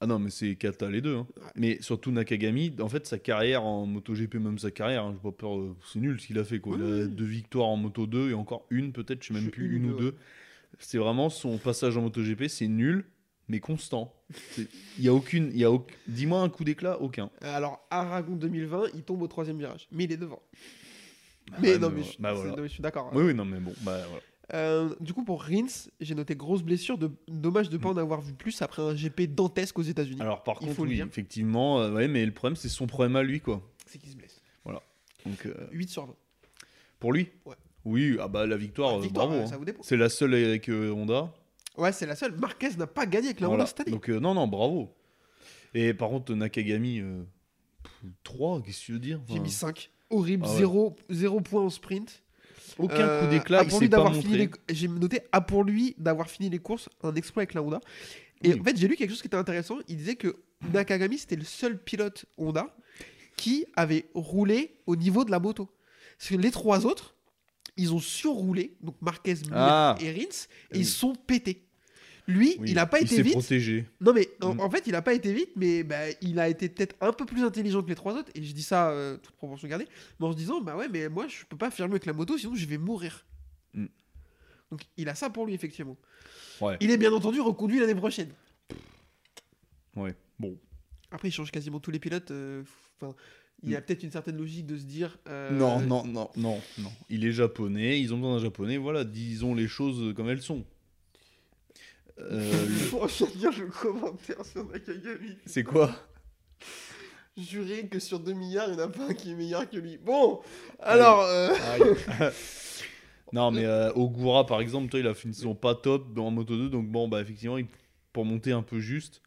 [SPEAKER 2] Ah non, mais c'est Kata les deux. hein.
[SPEAKER 6] Ouais.
[SPEAKER 2] Mais surtout Nakagami, en fait, sa carrière en MotoGP, même sa carrière, hein, j'ai pas peur, euh, c'est nul ce qu'il a fait. Quoi. Il
[SPEAKER 6] Oui,
[SPEAKER 2] a
[SPEAKER 6] oui.
[SPEAKER 2] deux victoires en Moto 2 et encore une, peut-être, je sais même
[SPEAKER 6] Je-
[SPEAKER 2] plus,
[SPEAKER 6] une
[SPEAKER 2] une,
[SPEAKER 6] ou
[SPEAKER 2] ou
[SPEAKER 6] deux,
[SPEAKER 2] deux. C'est vraiment son passage en MotoGP, c'est nul, mais constant. C'est- Il y a aucune. il Y a au- Dis-moi un coup d'éclat, aucun.
[SPEAKER 6] Euh, Alors, Aragon 2020, il tombe au troisième virage, mais il est devant.
[SPEAKER 2] ouais,
[SPEAKER 6] mais, non,
[SPEAKER 2] mais
[SPEAKER 6] mais
[SPEAKER 2] voilà.
[SPEAKER 6] je,
[SPEAKER 2] Bah,
[SPEAKER 6] c'est-
[SPEAKER 2] voilà.
[SPEAKER 6] non, mais je suis d'accord. hein.
[SPEAKER 2] Oui, oui, non, mais bon, bah voilà.
[SPEAKER 6] Euh, du coup, pour Rins, j'ai noté grosse blessure. De... Dommage de ne pas en avoir vu plus après un GP dantesque aux États-Unis.
[SPEAKER 2] Mm. Alors, par
[SPEAKER 6] Il
[SPEAKER 2] contre,
[SPEAKER 6] faut le
[SPEAKER 2] oui,
[SPEAKER 6] dire.
[SPEAKER 2] effectivement, euh, ouais, mais le problème, c'est son problème à lui, quoi.
[SPEAKER 6] C'est qu'il se blesse.
[SPEAKER 2] Donc, euh,
[SPEAKER 6] 8 sur 20.
[SPEAKER 2] pour lui
[SPEAKER 6] Ouais.
[SPEAKER 2] Oui, ah bah la victoire, euh,
[SPEAKER 6] Victoire,
[SPEAKER 2] bravo.
[SPEAKER 6] euh, ça
[SPEAKER 2] hein.
[SPEAKER 6] vous dépend.
[SPEAKER 2] C'est la seule avec euh, Honda.
[SPEAKER 6] Ouais, c'est la seule. Marquez n'a pas gagné avec la
[SPEAKER 2] Voilà.
[SPEAKER 6] Honda cette année.
[SPEAKER 2] Donc, euh, non, non, bravo. Et par contre, Nakagami, euh, pff, 3, qu'est-ce que tu veux dire
[SPEAKER 6] J'ai
[SPEAKER 2] Enfin,
[SPEAKER 6] mis 5. Horrible,
[SPEAKER 2] euh, Ah ouais.
[SPEAKER 6] 0 point en sprint.
[SPEAKER 2] Aucun
[SPEAKER 6] Euh,
[SPEAKER 2] coup d'éclat,
[SPEAKER 6] à
[SPEAKER 2] il
[SPEAKER 6] pour
[SPEAKER 2] s'est
[SPEAKER 6] lui
[SPEAKER 2] pas
[SPEAKER 6] d'avoir fini
[SPEAKER 2] montré.
[SPEAKER 6] les- J'ai noté à pour lui d'avoir fini les courses, un exploit avec la Honda. Et
[SPEAKER 2] Oui.
[SPEAKER 6] en fait, j'ai lu quelque chose qui était intéressant. Il disait que Nakagami, c'était le seul pilote Honda qui avait roulé au niveau de la moto. Parce que les trois autres, ils ont surroulé, donc Marquez, Mir
[SPEAKER 2] Ah.
[SPEAKER 6] et Rins, et
[SPEAKER 2] Oui.
[SPEAKER 6] ils sont pétés. Lui,
[SPEAKER 2] Oui,
[SPEAKER 6] il n'a pas été
[SPEAKER 2] s'est
[SPEAKER 6] vite.
[SPEAKER 2] protégé.
[SPEAKER 6] Non, mais en,
[SPEAKER 2] Mm.
[SPEAKER 6] en fait, il a pas été vite, mais bah, il a été peut-être un peu plus intelligent que les trois autres. Et je dis ça, euh, toute proportion gardée, mais en se disant, bah ouais, mais moi, je peux pas faire mieux que la moto, sinon je vais mourir.
[SPEAKER 2] Mm.
[SPEAKER 6] Donc, il a ça pour lui, effectivement.
[SPEAKER 2] Ouais.
[SPEAKER 6] Il est bien entendu reconduit l'année prochaine.
[SPEAKER 2] Ouais. Bon.
[SPEAKER 6] Après, il change quasiment tous les pilotes. euh, Enfin, il y a peut-être une certaine logique de se dire. euh,
[SPEAKER 2] Mm. Non, non, non, non, non. Il est japonais, ils ont besoin d'un japonais, voilà, disons les choses comme elles sont. Euh, le-
[SPEAKER 6] Oh, je viens de dire le commentaire sur Nakagami.
[SPEAKER 2] c'est quoi
[SPEAKER 6] Juré que sur 2 milliards, il n'y en a pas un qui est meilleur que lui. Bon, alors. euh,
[SPEAKER 2] Non, mais euh, Ogura, par exemple, toi, il a fait une saison pas top en Moto 2, donc bon, bah effectivement, il- pour monter un peu juste,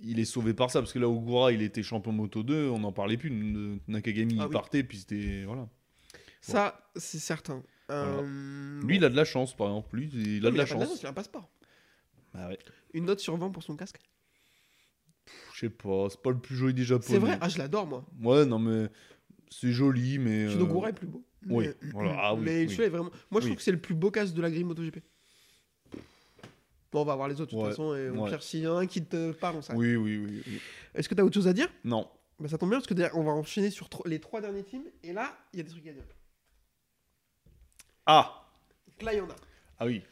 [SPEAKER 2] il est sauvé par ça, parce que là, Ogura, il était champion Moto 2, on n'en parlait plus, de Nakagami,
[SPEAKER 6] Ah
[SPEAKER 2] il
[SPEAKER 6] oui.
[SPEAKER 2] partait, puis c'était... Voilà.
[SPEAKER 6] Ça, c'est certain.
[SPEAKER 2] Voilà.
[SPEAKER 6] Euh,
[SPEAKER 2] Lui, il a de la chance, par exemple, lui, il
[SPEAKER 6] non,
[SPEAKER 2] a
[SPEAKER 6] mais
[SPEAKER 2] de la
[SPEAKER 6] pas
[SPEAKER 2] chance.
[SPEAKER 6] il a un passeport.
[SPEAKER 2] Bah ouais,
[SPEAKER 6] Une note sur 20 pour son casque.
[SPEAKER 2] Pff, je sais pas, c'est pas le plus joli des Japonais.
[SPEAKER 6] C'est vrai, ah, je l'adore moi.
[SPEAKER 2] Ouais, non, mais c'est joli, mais... euh,
[SPEAKER 6] Shinogura est plus beau.
[SPEAKER 2] oui,
[SPEAKER 6] Mais-
[SPEAKER 2] voilà, ah oui,
[SPEAKER 6] mais
[SPEAKER 2] oui.
[SPEAKER 6] celui-là est vraiment. Moi, je
[SPEAKER 2] Oui.
[SPEAKER 6] trouve que c'est le plus beau casque de la grille MotoGP. Bon, on va voir les autres de toute
[SPEAKER 2] Ouais,
[SPEAKER 6] façon. Et au
[SPEAKER 2] ouais.
[SPEAKER 6] pire, s'il y en a un qui te parle, on s'arrête.
[SPEAKER 2] Oui, oui, oui, oui.
[SPEAKER 6] Est-ce que t'as autre chose à dire
[SPEAKER 2] Non.
[SPEAKER 6] bah, Ça tombe bien parce que derrière, on va enchaîner sur tro- les trois derniers teams. Et là, il y a des trucs à dire.
[SPEAKER 2] Ah
[SPEAKER 6] Donc là, il y en a.
[SPEAKER 2] Ah oui.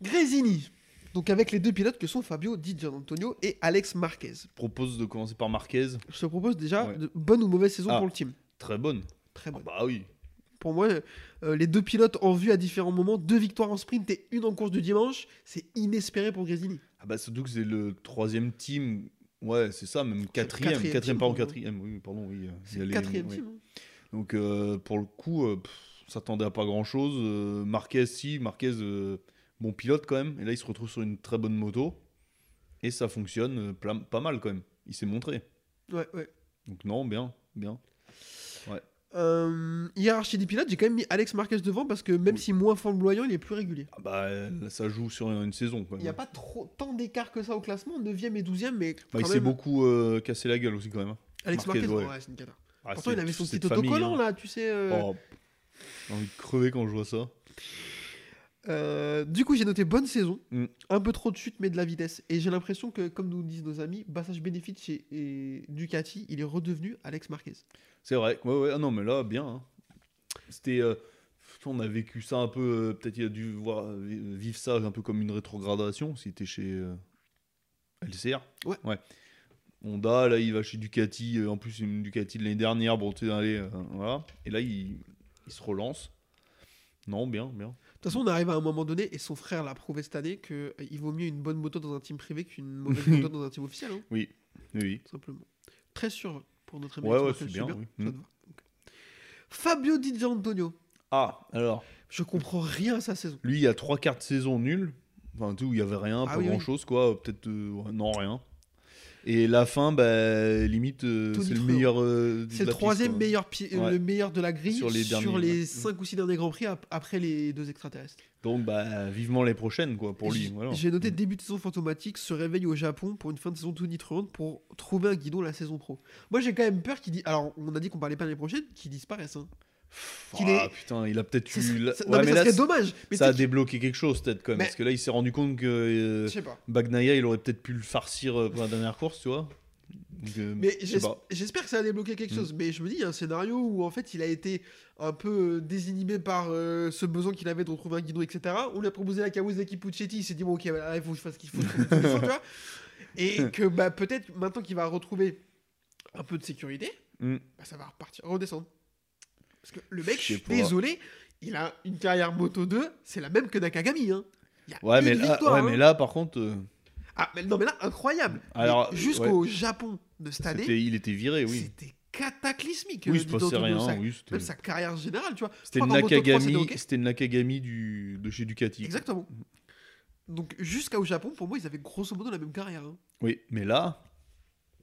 [SPEAKER 6] Grésini. Donc avec les deux pilotes que sont Fabio Di Gianantonio et Alex Marquez.
[SPEAKER 2] Propose de commencer par Marquez.
[SPEAKER 6] Je te propose déjà
[SPEAKER 2] Ouais.
[SPEAKER 6] de bonne ou mauvaise saison
[SPEAKER 2] Ah.
[SPEAKER 6] pour le team.
[SPEAKER 2] Très bonne.
[SPEAKER 6] Très bonne.
[SPEAKER 2] Ah bah oui.
[SPEAKER 6] Pour moi, euh, les deux pilotes en vue à différents moments, deux victoires en sprint et une en course de dimanche, c'est inespéré pour Grésini.
[SPEAKER 2] Ah bah surtout que c'est le troisième team. Ouais, c'est ça, même quatrième.
[SPEAKER 6] quatrième
[SPEAKER 2] Quatrième,
[SPEAKER 6] team,
[SPEAKER 2] pardon,
[SPEAKER 6] pardon.
[SPEAKER 2] quatrième. Oui, pardon, oui. euh, il y
[SPEAKER 6] C'est
[SPEAKER 2] a
[SPEAKER 6] le
[SPEAKER 2] les-
[SPEAKER 6] quatrième
[SPEAKER 2] oui.
[SPEAKER 6] team. hein.
[SPEAKER 2] Donc euh, pour le coup, euh, pff, on s'attendait à pas grand-chose. Euh, Marquez, si. Marquez, euh, bon pilote quand même. Et là, il se retrouve sur une très bonne moto. Et ça fonctionne euh, pla- pas mal quand même. Il s'est montré.
[SPEAKER 6] hein. Ouais, ouais.
[SPEAKER 2] Donc non, bien, bien.
[SPEAKER 6] Euh, hiérarchie des pilotes, j'ai quand même mis Alex Marquez devant parce que même si moins flamboyant, il est plus régulier.
[SPEAKER 2] Ah bah là, ça joue sur une, une saison. Quand
[SPEAKER 6] Il
[SPEAKER 2] même.
[SPEAKER 6] n'y a pas trop tant d'écart que ça au classement, 9ème et 12ème, mais quand
[SPEAKER 2] Bah, il s'est
[SPEAKER 6] même,
[SPEAKER 2] beaucoup euh, cassé la gueule aussi quand même. hein.
[SPEAKER 6] Alex Marquez,
[SPEAKER 2] Marquez,
[SPEAKER 6] ouais.
[SPEAKER 2] ouais.
[SPEAKER 6] c'est une cata.
[SPEAKER 2] Ah,
[SPEAKER 6] Pourtant,
[SPEAKER 2] c'est-
[SPEAKER 6] il avait son
[SPEAKER 2] c'est
[SPEAKER 6] petit
[SPEAKER 2] de famille,
[SPEAKER 6] autocollant
[SPEAKER 2] hein.
[SPEAKER 6] là, tu sais. euh,
[SPEAKER 2] Oh, pff, J'ai envie de crever quand je vois ça.
[SPEAKER 6] Euh, du coup, j'ai noté bonne saison,
[SPEAKER 2] Mm.
[SPEAKER 6] un peu trop de chute, mais de la vitesse. Et j'ai l'impression que, comme nous disent nos amis, Bassage Benefit chez et Ducati, il est redevenu Alex Marquez.
[SPEAKER 2] C'est vrai. Ouais, ouais. Ah non, mais là, bien. hein. C'était. euh, on a vécu ça un peu. euh, Peut-être il a dû voir, euh, vivre ça un peu comme une rétrogradation. Si t'es chez euh, LCR.
[SPEAKER 6] Ouais.
[SPEAKER 2] Honda, là, il va chez Ducati. euh, En plus, une Ducati de l'année dernière. Bon, tu sais, allez, euh, voilà. Et là, il, Il se relance. Non, bien, bien.
[SPEAKER 6] toute façon, on arrive à un moment donné, et son frère l'a prouvé cette année, qu'il vaut mieux une bonne moto dans un team privé qu'une mauvaise moto dans un team officiel, hein,
[SPEAKER 2] Oui, oui, oui.
[SPEAKER 6] tout simplement. Très sûr pour notre
[SPEAKER 2] Ouais,
[SPEAKER 6] Américain,
[SPEAKER 2] ouais,
[SPEAKER 6] Marcel
[SPEAKER 2] c'est bien,
[SPEAKER 6] Schubert,
[SPEAKER 2] oui.
[SPEAKER 6] ça
[SPEAKER 2] Mm.
[SPEAKER 6] te va. Ok. Fabio Di Gianantonio.
[SPEAKER 2] Ah, alors,
[SPEAKER 6] Je comprends rien à sa saison.
[SPEAKER 2] lui, il y a trois quarts de saison nuls. Enfin, tout, où il n'y avait rien,
[SPEAKER 6] Ah
[SPEAKER 2] pas
[SPEAKER 6] oui, oui.
[SPEAKER 2] grand-chose, quoi. Peut-être, euh, ouais, non, rien. Et la fin, bah, limite, euh,
[SPEAKER 6] Tony
[SPEAKER 2] c'est le
[SPEAKER 6] Truant.
[SPEAKER 2] meilleur. euh, de
[SPEAKER 6] C'est
[SPEAKER 2] la
[SPEAKER 6] le
[SPEAKER 2] piste,
[SPEAKER 6] troisième
[SPEAKER 2] quoi.
[SPEAKER 6] meilleur, pi- euh,
[SPEAKER 2] Ouais.
[SPEAKER 6] le meilleur de la grille sur
[SPEAKER 2] Sur les
[SPEAKER 6] les,
[SPEAKER 2] derniers, ouais.
[SPEAKER 6] cinq ou six derniers Grands Prix ap- après les deux extraterrestres.
[SPEAKER 2] Donc, bah, vivement les prochaines, quoi, pour lui.
[SPEAKER 6] J-
[SPEAKER 2] voilà. Mm.
[SPEAKER 6] J'ai noté début de saison fantomatique, se réveille au Japon pour une fin de saison tout nitruante pour trouver un guidon la saison pro. Moi j'ai quand même peur qu'il dit. Alors on a dit qu'on parlait pas l'année prochaine, qu'il disparaisse. hein. qu'il
[SPEAKER 2] ah,
[SPEAKER 6] est-
[SPEAKER 2] putain, il a peut-être
[SPEAKER 6] Ça
[SPEAKER 2] eu.
[SPEAKER 6] serait-
[SPEAKER 2] la-
[SPEAKER 6] ça-
[SPEAKER 2] Ouais,
[SPEAKER 6] non, mais,
[SPEAKER 2] mais
[SPEAKER 6] ça
[SPEAKER 2] là,
[SPEAKER 6] serait dommage. Mais
[SPEAKER 2] ça a
[SPEAKER 6] tu sais
[SPEAKER 2] débloqué quelque chose, peut-être, quand même.
[SPEAKER 6] Mais-
[SPEAKER 2] Parce que là, il s'est rendu compte que euh,
[SPEAKER 6] qu'il- Je sais pas.
[SPEAKER 2] Bagnaia, il aurait peut-être pu le farcir euh, pour la dernière course, tu vois. Donc, euh,
[SPEAKER 6] Mais
[SPEAKER 2] je sais
[SPEAKER 6] j'es-
[SPEAKER 2] pas.
[SPEAKER 6] j'espère que ça a débloqué quelque
[SPEAKER 2] Mm.
[SPEAKER 6] chose. Mais je me dis, il y a un scénario où en fait il a été un peu euh, désinhibé par euh, ce besoin qu'il avait de retrouver un guidon, etc. On lui a proposé la Kawasaki Puccetti, il s'est dit, bon, ok, bah, là, il faut que je fasse ce qu'il faut, je trouve une solution, tu vois. Et que bah, peut-être maintenant qu'il va retrouver un peu de sécurité,
[SPEAKER 2] Mm.
[SPEAKER 6] bah, ça va repartir, redescendre. Parce que le mec,
[SPEAKER 2] Je
[SPEAKER 6] je
[SPEAKER 2] sais
[SPEAKER 6] suis
[SPEAKER 2] pas.
[SPEAKER 6] désolé, il a une carrière Moto 2, c'est la même que Nakagami. Hein. Il y a
[SPEAKER 2] Ouais,
[SPEAKER 6] une
[SPEAKER 2] mais là,
[SPEAKER 6] victoire,
[SPEAKER 2] ouais,
[SPEAKER 6] hein.
[SPEAKER 2] mais là, par contre, euh,
[SPEAKER 6] Ah, mais non, mais là, incroyable. Mais
[SPEAKER 2] Alors,
[SPEAKER 6] Jusqu'au Japon de cette année.
[SPEAKER 2] c'était- il était viré, oui.
[SPEAKER 6] C'était cataclysmique.
[SPEAKER 2] Oui,
[SPEAKER 6] euh,
[SPEAKER 2] il se
[SPEAKER 6] du
[SPEAKER 2] passait
[SPEAKER 6] Dotto
[SPEAKER 2] rien.
[SPEAKER 6] Sa-
[SPEAKER 2] oui,
[SPEAKER 6] Même
[SPEAKER 2] c'était-
[SPEAKER 6] sa carrière générale, tu vois.
[SPEAKER 2] c'était
[SPEAKER 6] Enfin,
[SPEAKER 2] une
[SPEAKER 6] dans Moto 3, c'était
[SPEAKER 2] Nakagami,
[SPEAKER 6] ok.
[SPEAKER 2] c'était une Nakagami du, de chez Ducati.
[SPEAKER 6] Exactement. Donc, jusqu'à au Japon, pour moi, ils avaient grosso modo la même carrière. hein.
[SPEAKER 2] Oui, mais là,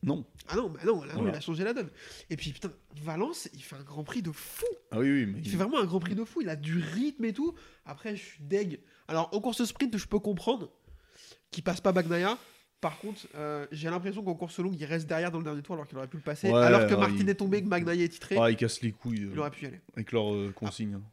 [SPEAKER 2] non.
[SPEAKER 6] Ah non, bah non, là, non,
[SPEAKER 2] Voilà.
[SPEAKER 6] il a changé la donne. Et puis, putain, Valence, il fait un grand prix de fou.
[SPEAKER 2] Ah oui, oui, mais
[SPEAKER 6] Il fait vraiment un grand prix de fou. Il a du rythme et tout. Après, je suis deg. Alors, en course sprint, je peux comprendre qu'il passe pas Bagnaia. Par contre, euh, j'ai l'impression qu'en course longue, il reste derrière dans le dernier tour alors qu'il aurait pu le passer.
[SPEAKER 2] Ouais,
[SPEAKER 6] alors que
[SPEAKER 2] ouais,
[SPEAKER 6] Martin
[SPEAKER 2] il-
[SPEAKER 6] est tombé, que Bagnaia est titré,
[SPEAKER 2] Ah, ils cassent les couilles euh,
[SPEAKER 6] il aurait Ah. pu y aller.
[SPEAKER 2] avec leur euh, consigne. hein.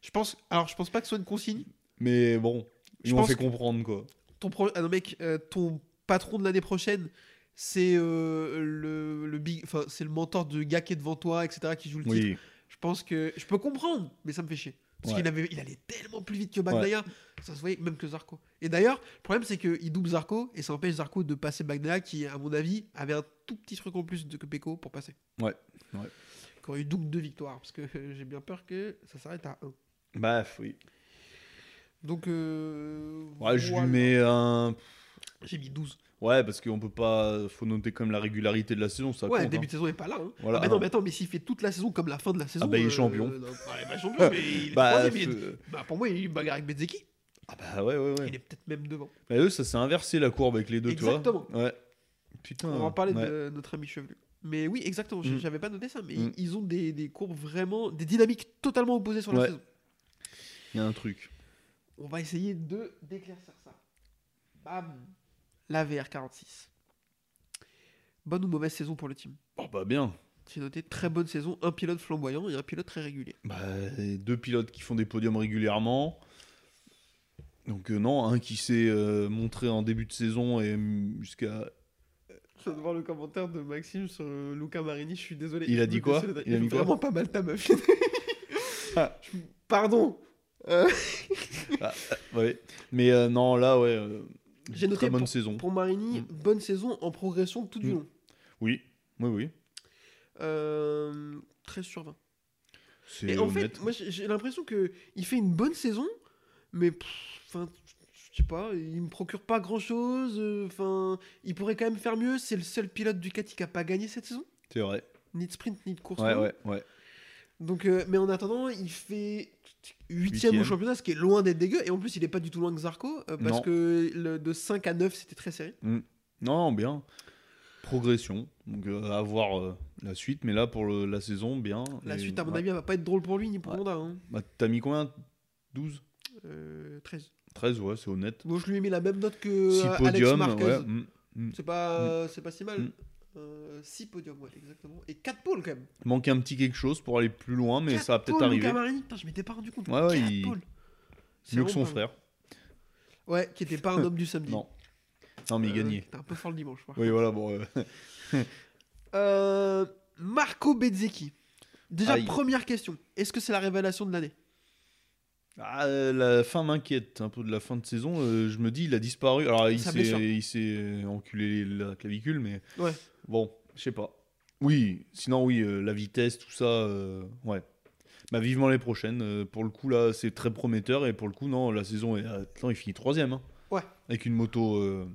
[SPEAKER 6] Je pense... Alors, je pense pas que ce soit une consigne.
[SPEAKER 2] Mais bon,
[SPEAKER 6] Je
[SPEAKER 2] ils m'ont
[SPEAKER 6] pense
[SPEAKER 2] fait
[SPEAKER 6] que-
[SPEAKER 2] comprendre, quoi.
[SPEAKER 6] ton pro- ah non, mec, euh, ton patron de l'année prochaine, c'est euh, le, le big, enfin c'est le mentor de gars qui est devant toi, etc. qui joue le titre.
[SPEAKER 2] Oui.
[SPEAKER 6] Je pense que je peux comprendre, mais ça me fait chier. Parce
[SPEAKER 2] Ouais.
[SPEAKER 6] qu'il avait, il allait tellement plus vite que Bagnaia, ça se voyait même que Zarco. Et d'ailleurs, le problème c'est qu'il double Zarco et ça empêche Zarco de passer Bagnaia qui, à mon avis, avait un tout petit truc en plus de que Peko pour passer.
[SPEAKER 2] Ouais, ouais.
[SPEAKER 6] Qui aurait eu double de victoire parce que euh, j'ai bien peur que ça s'arrête à 1.
[SPEAKER 2] Bah, oui.
[SPEAKER 6] Donc, euh,
[SPEAKER 2] Ouais, je
[SPEAKER 6] voilà.
[SPEAKER 2] lui mets un.
[SPEAKER 6] J'ai mis 12.
[SPEAKER 2] Ouais, parce qu'on peut pas. Faut noter quand même la régularité de la saison, ça
[SPEAKER 6] ouais,
[SPEAKER 2] compte.
[SPEAKER 6] début
[SPEAKER 2] hein.
[SPEAKER 6] de saison est pas là. Hein.
[SPEAKER 2] Voilà,
[SPEAKER 6] Ah, mais non,
[SPEAKER 2] hein.
[SPEAKER 6] mais attends, mais s'il fait toute la saison comme la fin de la saison.
[SPEAKER 2] bah, il est
[SPEAKER 6] euh,
[SPEAKER 2] champion.
[SPEAKER 6] non, bah, il est pas champion, mais il est
[SPEAKER 2] Bah,
[SPEAKER 6] troisième, il est-
[SPEAKER 2] euh,
[SPEAKER 6] bah, pour moi, il bagarre avec Bezeki.
[SPEAKER 2] ah bah ouais, ouais, ouais.
[SPEAKER 6] Il est peut-être même devant.
[SPEAKER 2] Bah, eux, ça s'est inversé la courbe avec les deux, tu
[SPEAKER 6] Exactement.
[SPEAKER 2] vois. Ouais. Putain.
[SPEAKER 6] On va en parler
[SPEAKER 2] ouais.
[SPEAKER 6] de notre ami chevelu. Mais oui, exactement, j-
[SPEAKER 2] Mm.
[SPEAKER 6] j'avais pas noté ça, mais
[SPEAKER 2] Mm.
[SPEAKER 6] ils ont des, des courbes vraiment, des dynamiques totalement opposées sur la
[SPEAKER 2] Ouais.
[SPEAKER 6] saison.
[SPEAKER 2] Il y a un truc.
[SPEAKER 6] On va essayer de d'éclaircir ça. Bam La VR46. Bonne ou mauvaise saison pour le team
[SPEAKER 2] Oh bah bien.
[SPEAKER 6] J'ai noté très bonne saison, un pilote flamboyant et un pilote très régulier.
[SPEAKER 2] Bah, et deux pilotes qui font des podiums régulièrement. Donc euh, non, un qui s'est euh, montré en début de saison et mm, jusqu'à...
[SPEAKER 6] Je viens de voir le commentaire de Maxime sur euh, Luca Marini, je suis désolé.
[SPEAKER 2] Il a dit quoi
[SPEAKER 6] Il,
[SPEAKER 2] Il a mis quoi
[SPEAKER 6] vraiment pas mal ta meuf.
[SPEAKER 2] Ah.
[SPEAKER 6] Je- Pardon. Euh,
[SPEAKER 2] Ouais. Mais euh, non, là, ouais. euh,
[SPEAKER 6] J'ai noté
[SPEAKER 2] très bonne saison.
[SPEAKER 6] Pour Marini,
[SPEAKER 2] Mm.
[SPEAKER 6] bonne saison en progression tout du
[SPEAKER 2] Mm.
[SPEAKER 6] long.
[SPEAKER 2] Oui, oui, oui.
[SPEAKER 6] Euh, 13 sur 20.
[SPEAKER 2] C'est
[SPEAKER 6] Et en
[SPEAKER 2] honnête.
[SPEAKER 6] fait, moi j'ai j'ai l'impression que il fait une bonne saison, mais pff, enfin, je sais pas, il me procure pas grand chose. Enfin, il pourrait quand même faire mieux. C'est le seul pilote Ducati qui a pas gagné cette saison,
[SPEAKER 2] C'est vrai.
[SPEAKER 6] ni de sprint ni de course.
[SPEAKER 2] Ouais,
[SPEAKER 6] longue.
[SPEAKER 2] ouais, ouais.
[SPEAKER 6] Donc, euh, mais en attendant, il fait 8ème
[SPEAKER 2] Huitième.
[SPEAKER 6] au championnat, ce qui est loin d'être dégueu. Et en plus, il est pas du tout loin que Zarco, euh, parce
[SPEAKER 2] Non.
[SPEAKER 6] que le- de 5 à 9, c'était très serré.
[SPEAKER 2] Non, bien. Progression. Donc euh, à voir euh, la suite. Mais là, pour le- la saison, bien.
[SPEAKER 6] La
[SPEAKER 2] Et,
[SPEAKER 6] suite, à mon
[SPEAKER 2] ouais.
[SPEAKER 6] avis, elle va pas être drôle pour lui ni pour
[SPEAKER 2] Ouais.
[SPEAKER 6] Honda. hein.
[SPEAKER 2] Bah, T'as mis combien 12
[SPEAKER 6] Euh, 13.
[SPEAKER 2] 13, ouais, c'est honnête.
[SPEAKER 6] Bon, je lui ai mis la même note que
[SPEAKER 2] Six
[SPEAKER 6] euh, Alex
[SPEAKER 2] podiums,
[SPEAKER 6] Marquez.
[SPEAKER 2] ouais. mm.
[SPEAKER 6] C'est pas, c'est pas si mal.
[SPEAKER 2] Mm.
[SPEAKER 6] 6 podiums, ouais, exactement. Et 4 pôles quand même.
[SPEAKER 2] Manque un petit quelque chose pour aller plus loin, mais
[SPEAKER 6] Quatre
[SPEAKER 2] ça va peut-être
[SPEAKER 6] pôles,
[SPEAKER 2] arriver.
[SPEAKER 6] Luca Marini, putain, je m'étais pas rendu compte.
[SPEAKER 2] Ouais, ouais,
[SPEAKER 6] Quatre
[SPEAKER 2] il-
[SPEAKER 6] pôles. C'est
[SPEAKER 2] Mieux que
[SPEAKER 6] vraiment
[SPEAKER 2] son
[SPEAKER 6] pas mal.
[SPEAKER 2] frère.
[SPEAKER 6] Ouais, qui était pas un homme du samedi.
[SPEAKER 2] Non. Non, mais il
[SPEAKER 6] Euh,
[SPEAKER 2] gagnait.
[SPEAKER 6] T'es un peu fort le dimanche, quoi.
[SPEAKER 2] Oui, voilà, bon. euh,
[SPEAKER 6] Euh, Marco Bezzecchi. Déjà,
[SPEAKER 2] Aïe.
[SPEAKER 6] première question. Est-ce que c'est la révélation de l'année
[SPEAKER 2] ah, euh, la fin m'inquiète un peu de la fin de saison. euh, je me dis, il a disparu. Alors, il
[SPEAKER 6] Sa blessure.
[SPEAKER 2] s'est il s'est, euh, enculé la clavicule, mais
[SPEAKER 6] Ouais.
[SPEAKER 2] bon, je sais pas. Oui, sinon, oui, euh, la vitesse, tout ça, euh, ouais. Bah, vivement les prochaines. Euh, pour le coup, là, c'est très prometteur. Et pour le coup, non, la saison est. Attends, il finit troisième. hein.
[SPEAKER 6] Ouais.
[SPEAKER 2] Avec une moto. euh,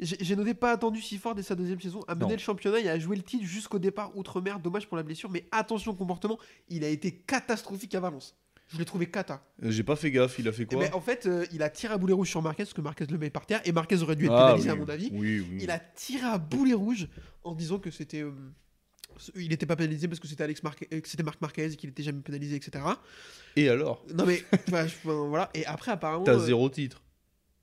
[SPEAKER 6] J'ai j'ai noté pas attendu si fort dès sa deuxième saison, a mené
[SPEAKER 2] Non.
[SPEAKER 6] le championnat et a joué le titre jusqu'au départ outre-mer. Dommage pour la blessure, mais attention au comportement, il a été catastrophique à Valence. Je l'ai trouvé cata.
[SPEAKER 2] euh, J'ai pas fait gaffe, il a fait
[SPEAKER 6] Eh
[SPEAKER 2] quoi
[SPEAKER 6] ben, en fait, euh, il a tiré à boulet rouge sur Marquez, parce que Marquez le met par terre, et Marquez aurait dû être
[SPEAKER 2] Ah,
[SPEAKER 6] pénalisé
[SPEAKER 2] oui,
[SPEAKER 6] à mon avis.
[SPEAKER 2] Oui, oui.
[SPEAKER 6] Il a tiré à boulet rouge en disant que c'était. euh, il n'était pas pénalisé parce que c'était Alex Marquez, euh, que c'était Marc Marquez et qu'il n'était jamais pénalisé, etc.
[SPEAKER 2] Et alors
[SPEAKER 6] Non mais bah, je- enfin, voilà. Et après apparemment.
[SPEAKER 2] T'as
[SPEAKER 6] euh,
[SPEAKER 2] zéro titre.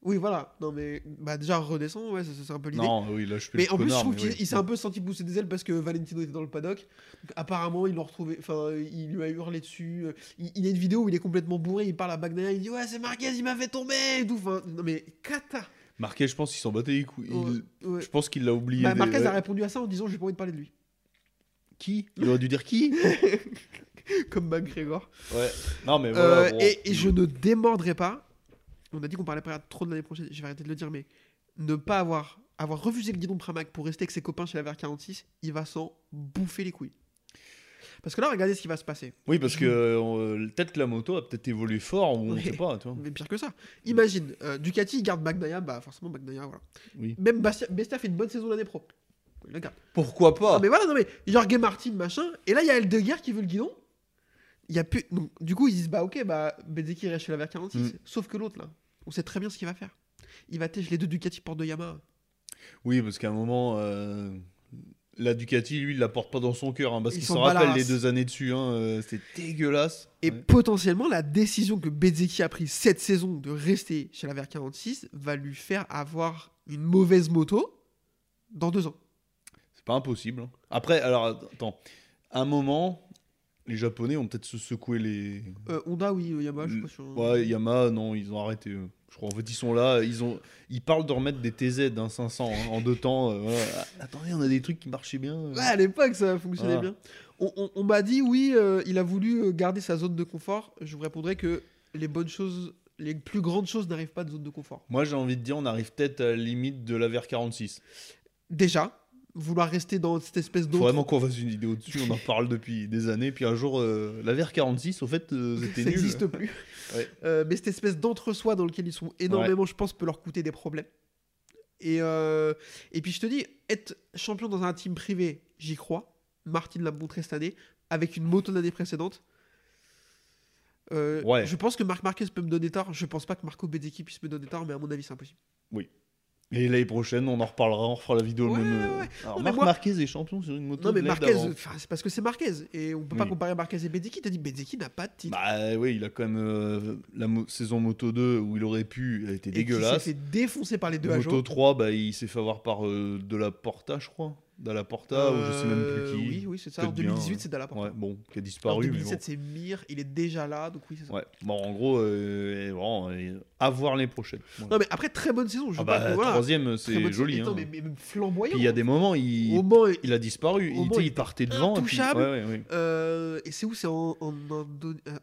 [SPEAKER 6] Oui voilà. Non mais bah déjà redescend, ouais, ça, ça, c'est un peu l'idée.
[SPEAKER 2] Non, oui, là, je fais
[SPEAKER 6] Mais
[SPEAKER 2] le
[SPEAKER 6] en plus, je
[SPEAKER 2] connard,
[SPEAKER 6] trouve
[SPEAKER 2] mais
[SPEAKER 6] qu'il
[SPEAKER 2] oui.
[SPEAKER 6] il s'est un peu senti pousser des ailes parce que Valentino était dans le paddock. Donc, apparemment, il l'ont retrouvé. Enfin, il lui a hurlé dessus. Euh, Il, il y a une vidéo où il est complètement bourré. Il parle à Bagnaia. Il dit Ouais, c'est Marquez, il m'a fait tomber. Et tout. Enfin, non, mais cata.
[SPEAKER 2] Marquez, je pense qu'il s'en battait les couilles. Il-
[SPEAKER 6] Ouais, ouais.
[SPEAKER 2] Je pense qu'il l'a oublié.
[SPEAKER 6] Bah,
[SPEAKER 2] des-
[SPEAKER 6] Marquez a
[SPEAKER 2] ouais.
[SPEAKER 6] répondu à ça en disant J'ai pas envie de parler de lui.
[SPEAKER 2] Qui Il aurait dû dire qui
[SPEAKER 6] Comme McGregor.
[SPEAKER 2] Ouais. Non, mais
[SPEAKER 6] Euh,
[SPEAKER 2] voilà. bon.
[SPEAKER 6] et, et je ne démordrai pas. On a dit qu'on parlait pas trop de l'année prochaine. Je vais arrêter de le dire, mais ne pas avoir. Avoir refusé le guidon de Pramac pour rester avec ses copains chez la VR46, il va s'en bouffer les couilles. Parce que là, regardez ce qui va se passer.
[SPEAKER 2] Oui, parce que euh, on- euh, peut-être la moto a peut-être évolué fort, ou on
[SPEAKER 6] Oui.
[SPEAKER 2] sait pas, tu vois.
[SPEAKER 6] Mais pire que ça. Imagine, euh, Ducati il garde Bagnaia, bah forcément Bagnaia, voilà.
[SPEAKER 2] Oui.
[SPEAKER 6] Même Bastia, Bestia fait une bonne saison l'année pro. Il le garde.
[SPEAKER 4] Pourquoi pas
[SPEAKER 6] Ah, mais voilà, non mais Jorge Martin, machin. Et là, il y a Eldeguer qui veut le guidon. Il y a plus... donc, du coup, ils disent, bah ok, bah Bezzeki reste chez la VR46.
[SPEAKER 2] Mm.
[SPEAKER 6] Sauf que l'autre, là, on sait très bien ce qu'il va faire. Il va têcher les deux Ducati porte de Yamaha.
[SPEAKER 2] Oui, parce qu'à un moment, euh, la Ducati, lui, il la porte pas dans son cœur, hein, parce
[SPEAKER 6] Il
[SPEAKER 2] qu'il
[SPEAKER 6] s'en
[SPEAKER 2] s'en
[SPEAKER 6] bat la
[SPEAKER 2] rappelle
[SPEAKER 6] race.
[SPEAKER 2] les deux années dessus. Hein, euh, C'était dégueulasse.
[SPEAKER 6] Et
[SPEAKER 2] Ouais.
[SPEAKER 6] potentiellement, la décision que Bezzeki a prise cette saison de rester chez la VR46 va lui faire avoir une mauvaise moto dans deux ans.
[SPEAKER 2] C'est pas impossible. hein. Après, alors, attends. À un moment, les Japonais ont peut-être se secoué les.
[SPEAKER 6] Euh, Honda, oui, euh, Yamaha, je sais pas sûr.
[SPEAKER 2] Ouais, Yamaha, non, ils ont arrêté. eux. Je crois, en fait, ils sont là. Ils, ont... ils parlent de remettre des TZ d'un 500 hein, en deux temps. euh, voilà. Ah, Attendez, on a des trucs qui marchaient bien. euh.
[SPEAKER 6] Ouais, à l'époque, ça fonctionnait
[SPEAKER 2] Ah.
[SPEAKER 6] bien. On, on- on m'a dit, oui, euh, il a voulu euh, garder sa zone de confort. Je vous répondrai que les bonnes choses, les plus grandes choses n'arrivent pas de zone de confort.
[SPEAKER 2] Moi, j'ai envie de dire, on arrive peut-être à la limite de la VR46.
[SPEAKER 6] Déjà, vouloir rester dans cette espèce
[SPEAKER 2] Faut
[SPEAKER 6] d'eau.
[SPEAKER 2] vraiment qu'on fasse une vidéo dessus, on en parle depuis des années. Puis un jour, euh, la VR46, au fait, euh,
[SPEAKER 6] Ça
[SPEAKER 2] c'était nul.
[SPEAKER 6] n'existe plus.
[SPEAKER 2] Ouais.
[SPEAKER 6] Euh, mais cette espèce d'entre-soi dans lequel ils sont énormément, je pense, peut leur coûter des problèmes. Et, euh, et puis je te dis, être champion dans un team privé, j'y crois. Martin l'a montré cette année, avec une moto de l'année précédente. Euh,
[SPEAKER 2] Ouais.
[SPEAKER 6] Je pense que Marc Marquez peut me donner tort. Je pense pas que Marco Bezzecchi puisse me donner tort, mais à mon avis, c'est impossible.
[SPEAKER 2] Et l'année prochaine, on en reparlera, on refera la vidéo
[SPEAKER 6] Ouais,
[SPEAKER 2] le même.
[SPEAKER 6] ouais,
[SPEAKER 2] euh,
[SPEAKER 6] ouais.
[SPEAKER 2] Alors,
[SPEAKER 6] Non, mais
[SPEAKER 2] Marc
[SPEAKER 6] moi-
[SPEAKER 2] Marquez est champion sur une moto.
[SPEAKER 6] Non, mais
[SPEAKER 2] de l'année
[SPEAKER 6] Marquez,
[SPEAKER 2] d'avant.
[SPEAKER 6] enfin, c'est parce que c'est Marquez. Et on peut pas
[SPEAKER 2] Oui.
[SPEAKER 6] comparer Marquez et Bezzecchi. T'as dit Bezzecchi n'a pas de titre.
[SPEAKER 2] Bah oui, il a quand même euh, la mo- saison moto 2 où il aurait pu, elle était
[SPEAKER 6] Et qui
[SPEAKER 2] dégueulasse.
[SPEAKER 6] s'est fait défoncer par les deux à
[SPEAKER 2] moto
[SPEAKER 6] jour.
[SPEAKER 2] 3, bah, il s'est fait avoir par euh, de la Porta, je crois. De la Porta, ou je sais même
[SPEAKER 6] Euh,
[SPEAKER 2] plus qui.
[SPEAKER 6] Oui, oui, c'est ça. En
[SPEAKER 2] Peut-être bien,
[SPEAKER 6] 2018,
[SPEAKER 2] ouais.
[SPEAKER 6] c'est Dalla Porta.
[SPEAKER 2] Ouais, bon, qui a
[SPEAKER 6] En
[SPEAKER 2] disparu. mais
[SPEAKER 6] 2017, c'est Mir, il est déjà là, donc oui, c'est ça.
[SPEAKER 2] bon. Ouais. Bon, en gros, euh, et bon, et à voir les prochaines. Voilà.
[SPEAKER 6] Non, mais après, très bonne saison. Je
[SPEAKER 2] Ah
[SPEAKER 6] veux pas
[SPEAKER 2] bah,
[SPEAKER 6] que- voilà,
[SPEAKER 2] troisième,
[SPEAKER 6] très bonne
[SPEAKER 2] c'est
[SPEAKER 6] saison.
[SPEAKER 2] joli.
[SPEAKER 6] Et non,
[SPEAKER 2] hein.
[SPEAKER 6] mais, mais même flamboyant. hein.
[SPEAKER 2] Puis il y a des moments, il,
[SPEAKER 6] Au Mans, et-
[SPEAKER 2] il a disparu.
[SPEAKER 6] au
[SPEAKER 2] Il,
[SPEAKER 6] Mans,
[SPEAKER 2] tu sais,
[SPEAKER 6] il
[SPEAKER 2] il partait devant. et puis-
[SPEAKER 6] intouchable.
[SPEAKER 2] ouais, ouais, ouais.
[SPEAKER 6] euh, et c'est où C'est en, en Indo- euh,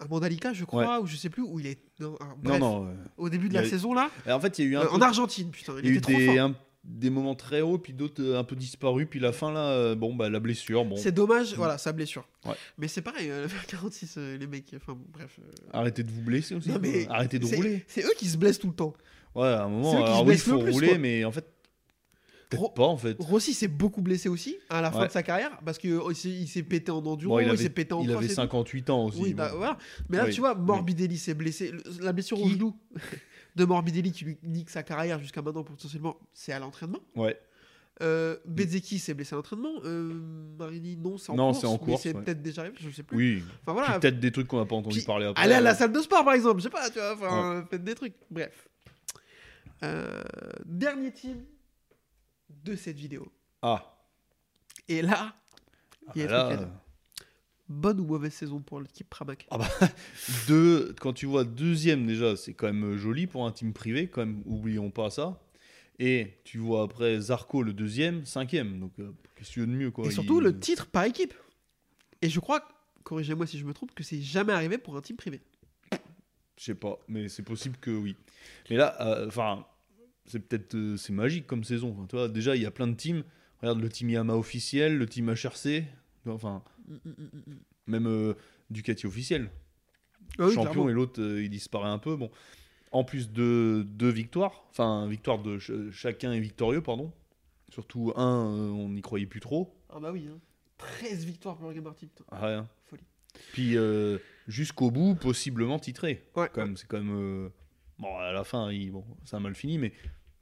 [SPEAKER 6] à Mandalika, je crois, ou je sais plus, où il est. Non, alors,
[SPEAKER 2] Non,
[SPEAKER 6] bref,
[SPEAKER 2] non. ouais.
[SPEAKER 6] Au début de
[SPEAKER 2] Il y
[SPEAKER 6] la
[SPEAKER 2] a-
[SPEAKER 6] saison, là,
[SPEAKER 2] Et En fait, il y a eu, un
[SPEAKER 6] euh,
[SPEAKER 2] peu-
[SPEAKER 6] en Argentine, putain, il,
[SPEAKER 2] il y a eu
[SPEAKER 6] était trop
[SPEAKER 2] des,
[SPEAKER 6] fort.
[SPEAKER 2] un- des moments très hauts, puis d'autres euh, un peu disparus. Puis la fin, là, euh, bon, bah, la blessure. Bon,
[SPEAKER 6] C'est dommage, voilà, sa blessure.
[SPEAKER 2] Ouais.
[SPEAKER 6] Mais c'est pareil, euh, 46, euh, les mecs, enfin bon, bref. euh,
[SPEAKER 2] arrêtez de vous blesser aussi.
[SPEAKER 6] non, mais
[SPEAKER 2] Arrêtez de
[SPEAKER 6] c'est-
[SPEAKER 2] rouler.
[SPEAKER 6] C'est eux qui se blessent tout le temps.
[SPEAKER 2] Ouais, à un moment,
[SPEAKER 6] C'est eux qui se
[SPEAKER 2] alors oui, il
[SPEAKER 6] blessent le
[SPEAKER 2] faut
[SPEAKER 6] plus,
[SPEAKER 2] rouler,
[SPEAKER 6] quoi.
[SPEAKER 2] mais en fait, peut-être
[SPEAKER 6] Ro-
[SPEAKER 2] pas en fait.
[SPEAKER 6] Rossi s'est beaucoup blessé aussi à la fin
[SPEAKER 2] Ouais.
[SPEAKER 6] de sa carrière parce que euh, il s'est- il s'est pété en enduro,
[SPEAKER 2] Bon,
[SPEAKER 6] il,
[SPEAKER 2] il
[SPEAKER 6] s'est
[SPEAKER 2] avait,
[SPEAKER 6] pété en
[SPEAKER 2] il
[SPEAKER 6] cross
[SPEAKER 2] avait
[SPEAKER 6] et tout.
[SPEAKER 2] 58 ans aussi.
[SPEAKER 6] Oui,
[SPEAKER 2] bon.
[SPEAKER 6] bah, voilà. Mais là,
[SPEAKER 2] Oui,
[SPEAKER 6] tu vois,
[SPEAKER 2] oui.
[SPEAKER 6] Morbidelli s'est blessé. Le- la blessure au
[SPEAKER 2] Qui
[SPEAKER 6] genou de Morbidelli qui lui nique sa carrière jusqu'à maintenant, potentiellement, c'est à l'entraînement.
[SPEAKER 2] Ouais.
[SPEAKER 6] Euh, Bezzecchi s'est blessé à l'entraînement. Euh, Marini, non, c'est en
[SPEAKER 2] Non,
[SPEAKER 6] course.
[SPEAKER 2] c'est en
[SPEAKER 6] mais
[SPEAKER 2] course,
[SPEAKER 6] C'est
[SPEAKER 2] ouais.
[SPEAKER 6] peut-être déjà arrivé, je sais plus.
[SPEAKER 2] Oui,
[SPEAKER 6] Enfin
[SPEAKER 2] Puis
[SPEAKER 6] voilà.
[SPEAKER 2] peut-être des trucs qu'on n'a pas entendu
[SPEAKER 6] Ah, Puis,
[SPEAKER 2] parler après.
[SPEAKER 6] Allez à la salle de sport, par exemple. Je sais pas, tu vois, enfin, faites des trucs. Bref. Euh, dernier team de cette vidéo.
[SPEAKER 2] Ah,
[SPEAKER 6] Et là, il y a
[SPEAKER 2] ah
[SPEAKER 6] un
[SPEAKER 2] là,
[SPEAKER 6] truc à dire. bonne ou mauvaise saison pour l'équipe Pramac.
[SPEAKER 2] deux, quand tu vois deuxième déjà, c'est quand même euh, joli pour un team privé, quand même, oublions pas ça. Et tu vois après Zarco le deuxième, cinquième, donc euh, qu'est-ce que tu veux de mieux quoi
[SPEAKER 6] Et surtout
[SPEAKER 2] il-
[SPEAKER 6] le titre par équipe. Et je crois, corrigez-moi si je me trompe, que c'est jamais arrivé pour un team privé.
[SPEAKER 2] Je sais pas, mais c'est possible que oui. Mais là, euh, enfin, c'est peut-être euh, c'est magique comme saison. Enfin, tu vois, déjà, il y a plein de teams. Regarde le team Yamaha officiel, le team HRC, tu vois, enfin,
[SPEAKER 6] Mm, mm, mm, mm.
[SPEAKER 2] même euh, Ducati officiel.
[SPEAKER 6] Ah oui,
[SPEAKER 2] champion
[SPEAKER 6] clairement.
[SPEAKER 2] et l'autre euh, il disparaît un peu. Bon, en plus de deux victoires, enfin victoire de ch- chacun est victorieux, pardon. Surtout un, euh, on n'y croyait plus trop.
[SPEAKER 6] Ah bah oui, hein. 13 victoires pour Logan Marty, putain.
[SPEAKER 2] Ah ouais, hein.
[SPEAKER 6] Folie.
[SPEAKER 2] Puis euh, jusqu'au bout, possiblement titré.
[SPEAKER 6] Ouais.
[SPEAKER 2] Quand même, c'est quand même. euh, Bon, à la fin, il... bon, ça a mal fini, mais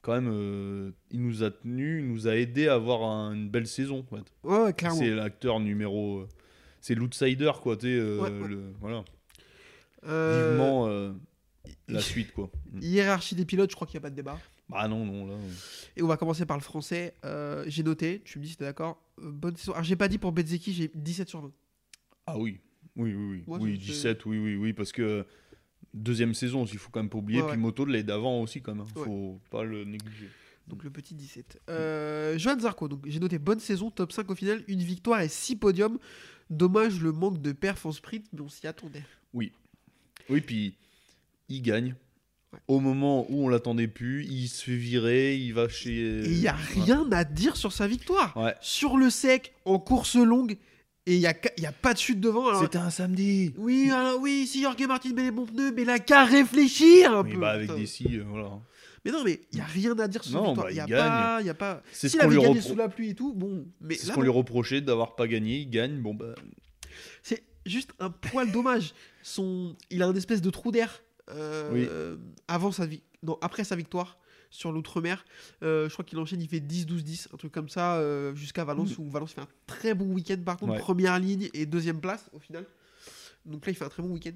[SPEAKER 2] quand même, euh, il nous a tenu, il nous a aidé à avoir un- une belle saison. en fait.
[SPEAKER 6] Ouais, ouais, clairement.
[SPEAKER 2] C'est l'acteur numéro. euh, C'est l'outsider, quoi. t'es, euh,
[SPEAKER 6] Ouais, ouais.
[SPEAKER 2] le- Voilà.
[SPEAKER 6] Euh,
[SPEAKER 2] Vivement euh, la suite, quoi. Mm.
[SPEAKER 6] Hiérarchie des pilotes, je crois qu'il n'y a pas de débat.
[SPEAKER 2] Bah non, non, là. euh,
[SPEAKER 6] Et on va commencer par le français. Euh, j'ai noté, tu me dis si t'es d'accord. euh, bonne saison. Alors j'ai pas dit pour Benzeki, j'ai 17 sur 20.
[SPEAKER 2] Ah oui, oui, oui, oui.
[SPEAKER 6] Ouais,
[SPEAKER 2] oui
[SPEAKER 6] c'est-
[SPEAKER 2] 17, oui, oui, oui, parce que euh, deuxième saison, il faut quand même pas oublier.
[SPEAKER 6] Ouais,
[SPEAKER 2] Puis
[SPEAKER 6] ouais.
[SPEAKER 2] moto de l'année d'avant aussi, quand même. hein.
[SPEAKER 6] Ouais.
[SPEAKER 2] Faut pas le négliger.
[SPEAKER 6] Donc le petit 17. Euh, Johan Zarco, donc j'ai noté bonne saison, top 5 au final, une victoire et 6 podiums. Dommage le manque de perf en sprint, mais on s'y attendait.
[SPEAKER 2] Oui, puis il gagne.
[SPEAKER 6] Ouais.
[SPEAKER 2] Au moment où on l'attendait plus, il se fait virer, il va chez.
[SPEAKER 6] Et il n'y a rien à dire sur sa victoire.
[SPEAKER 2] Ouais.
[SPEAKER 6] Sur le sec, en course longue, et il n'y a, ca- il y a pas de chute devant. alors-
[SPEAKER 2] C'était un samedi.
[SPEAKER 6] Oui, alors oui, si Jorge Martin met les bons pneus, mais là, qu'à réfléchir un
[SPEAKER 2] Oui,
[SPEAKER 6] peu.
[SPEAKER 2] bah, avec
[SPEAKER 6] putain.
[SPEAKER 2] des si, euh, voilà.
[SPEAKER 6] Mais non, mais il n'y a rien à dire sur
[SPEAKER 2] Non,
[SPEAKER 6] cette victoire.
[SPEAKER 2] bah,
[SPEAKER 6] Il
[SPEAKER 2] il
[SPEAKER 6] n'y a,
[SPEAKER 2] gagne.
[SPEAKER 6] pas- il y a pas.
[SPEAKER 2] C'est ce
[SPEAKER 6] S'il
[SPEAKER 2] qu'on
[SPEAKER 6] avait
[SPEAKER 2] lui,
[SPEAKER 6] gagné
[SPEAKER 2] repro-
[SPEAKER 6] sous la pluie et tout, bon. Mais
[SPEAKER 2] c'est ce
[SPEAKER 6] là,
[SPEAKER 2] qu'on lui
[SPEAKER 6] bon,
[SPEAKER 2] reprochait d'avoir pas gagné. Il gagne, bon bah.
[SPEAKER 6] c'est juste un poil dommage. Son... Il a un espèce de trou d'air euh,
[SPEAKER 2] Oui.
[SPEAKER 6] euh, avant sa vie... non, après sa victoire sur l'outre-mer. Euh, je crois qu'il enchaîne, il fait 10-12-10, un truc comme ça, euh, jusqu'à Valence, où Valence fait un très bon week-end par contre,
[SPEAKER 2] Ouais.
[SPEAKER 6] première ligne et deuxième place au final. Donc là, il fait un très bon week-end.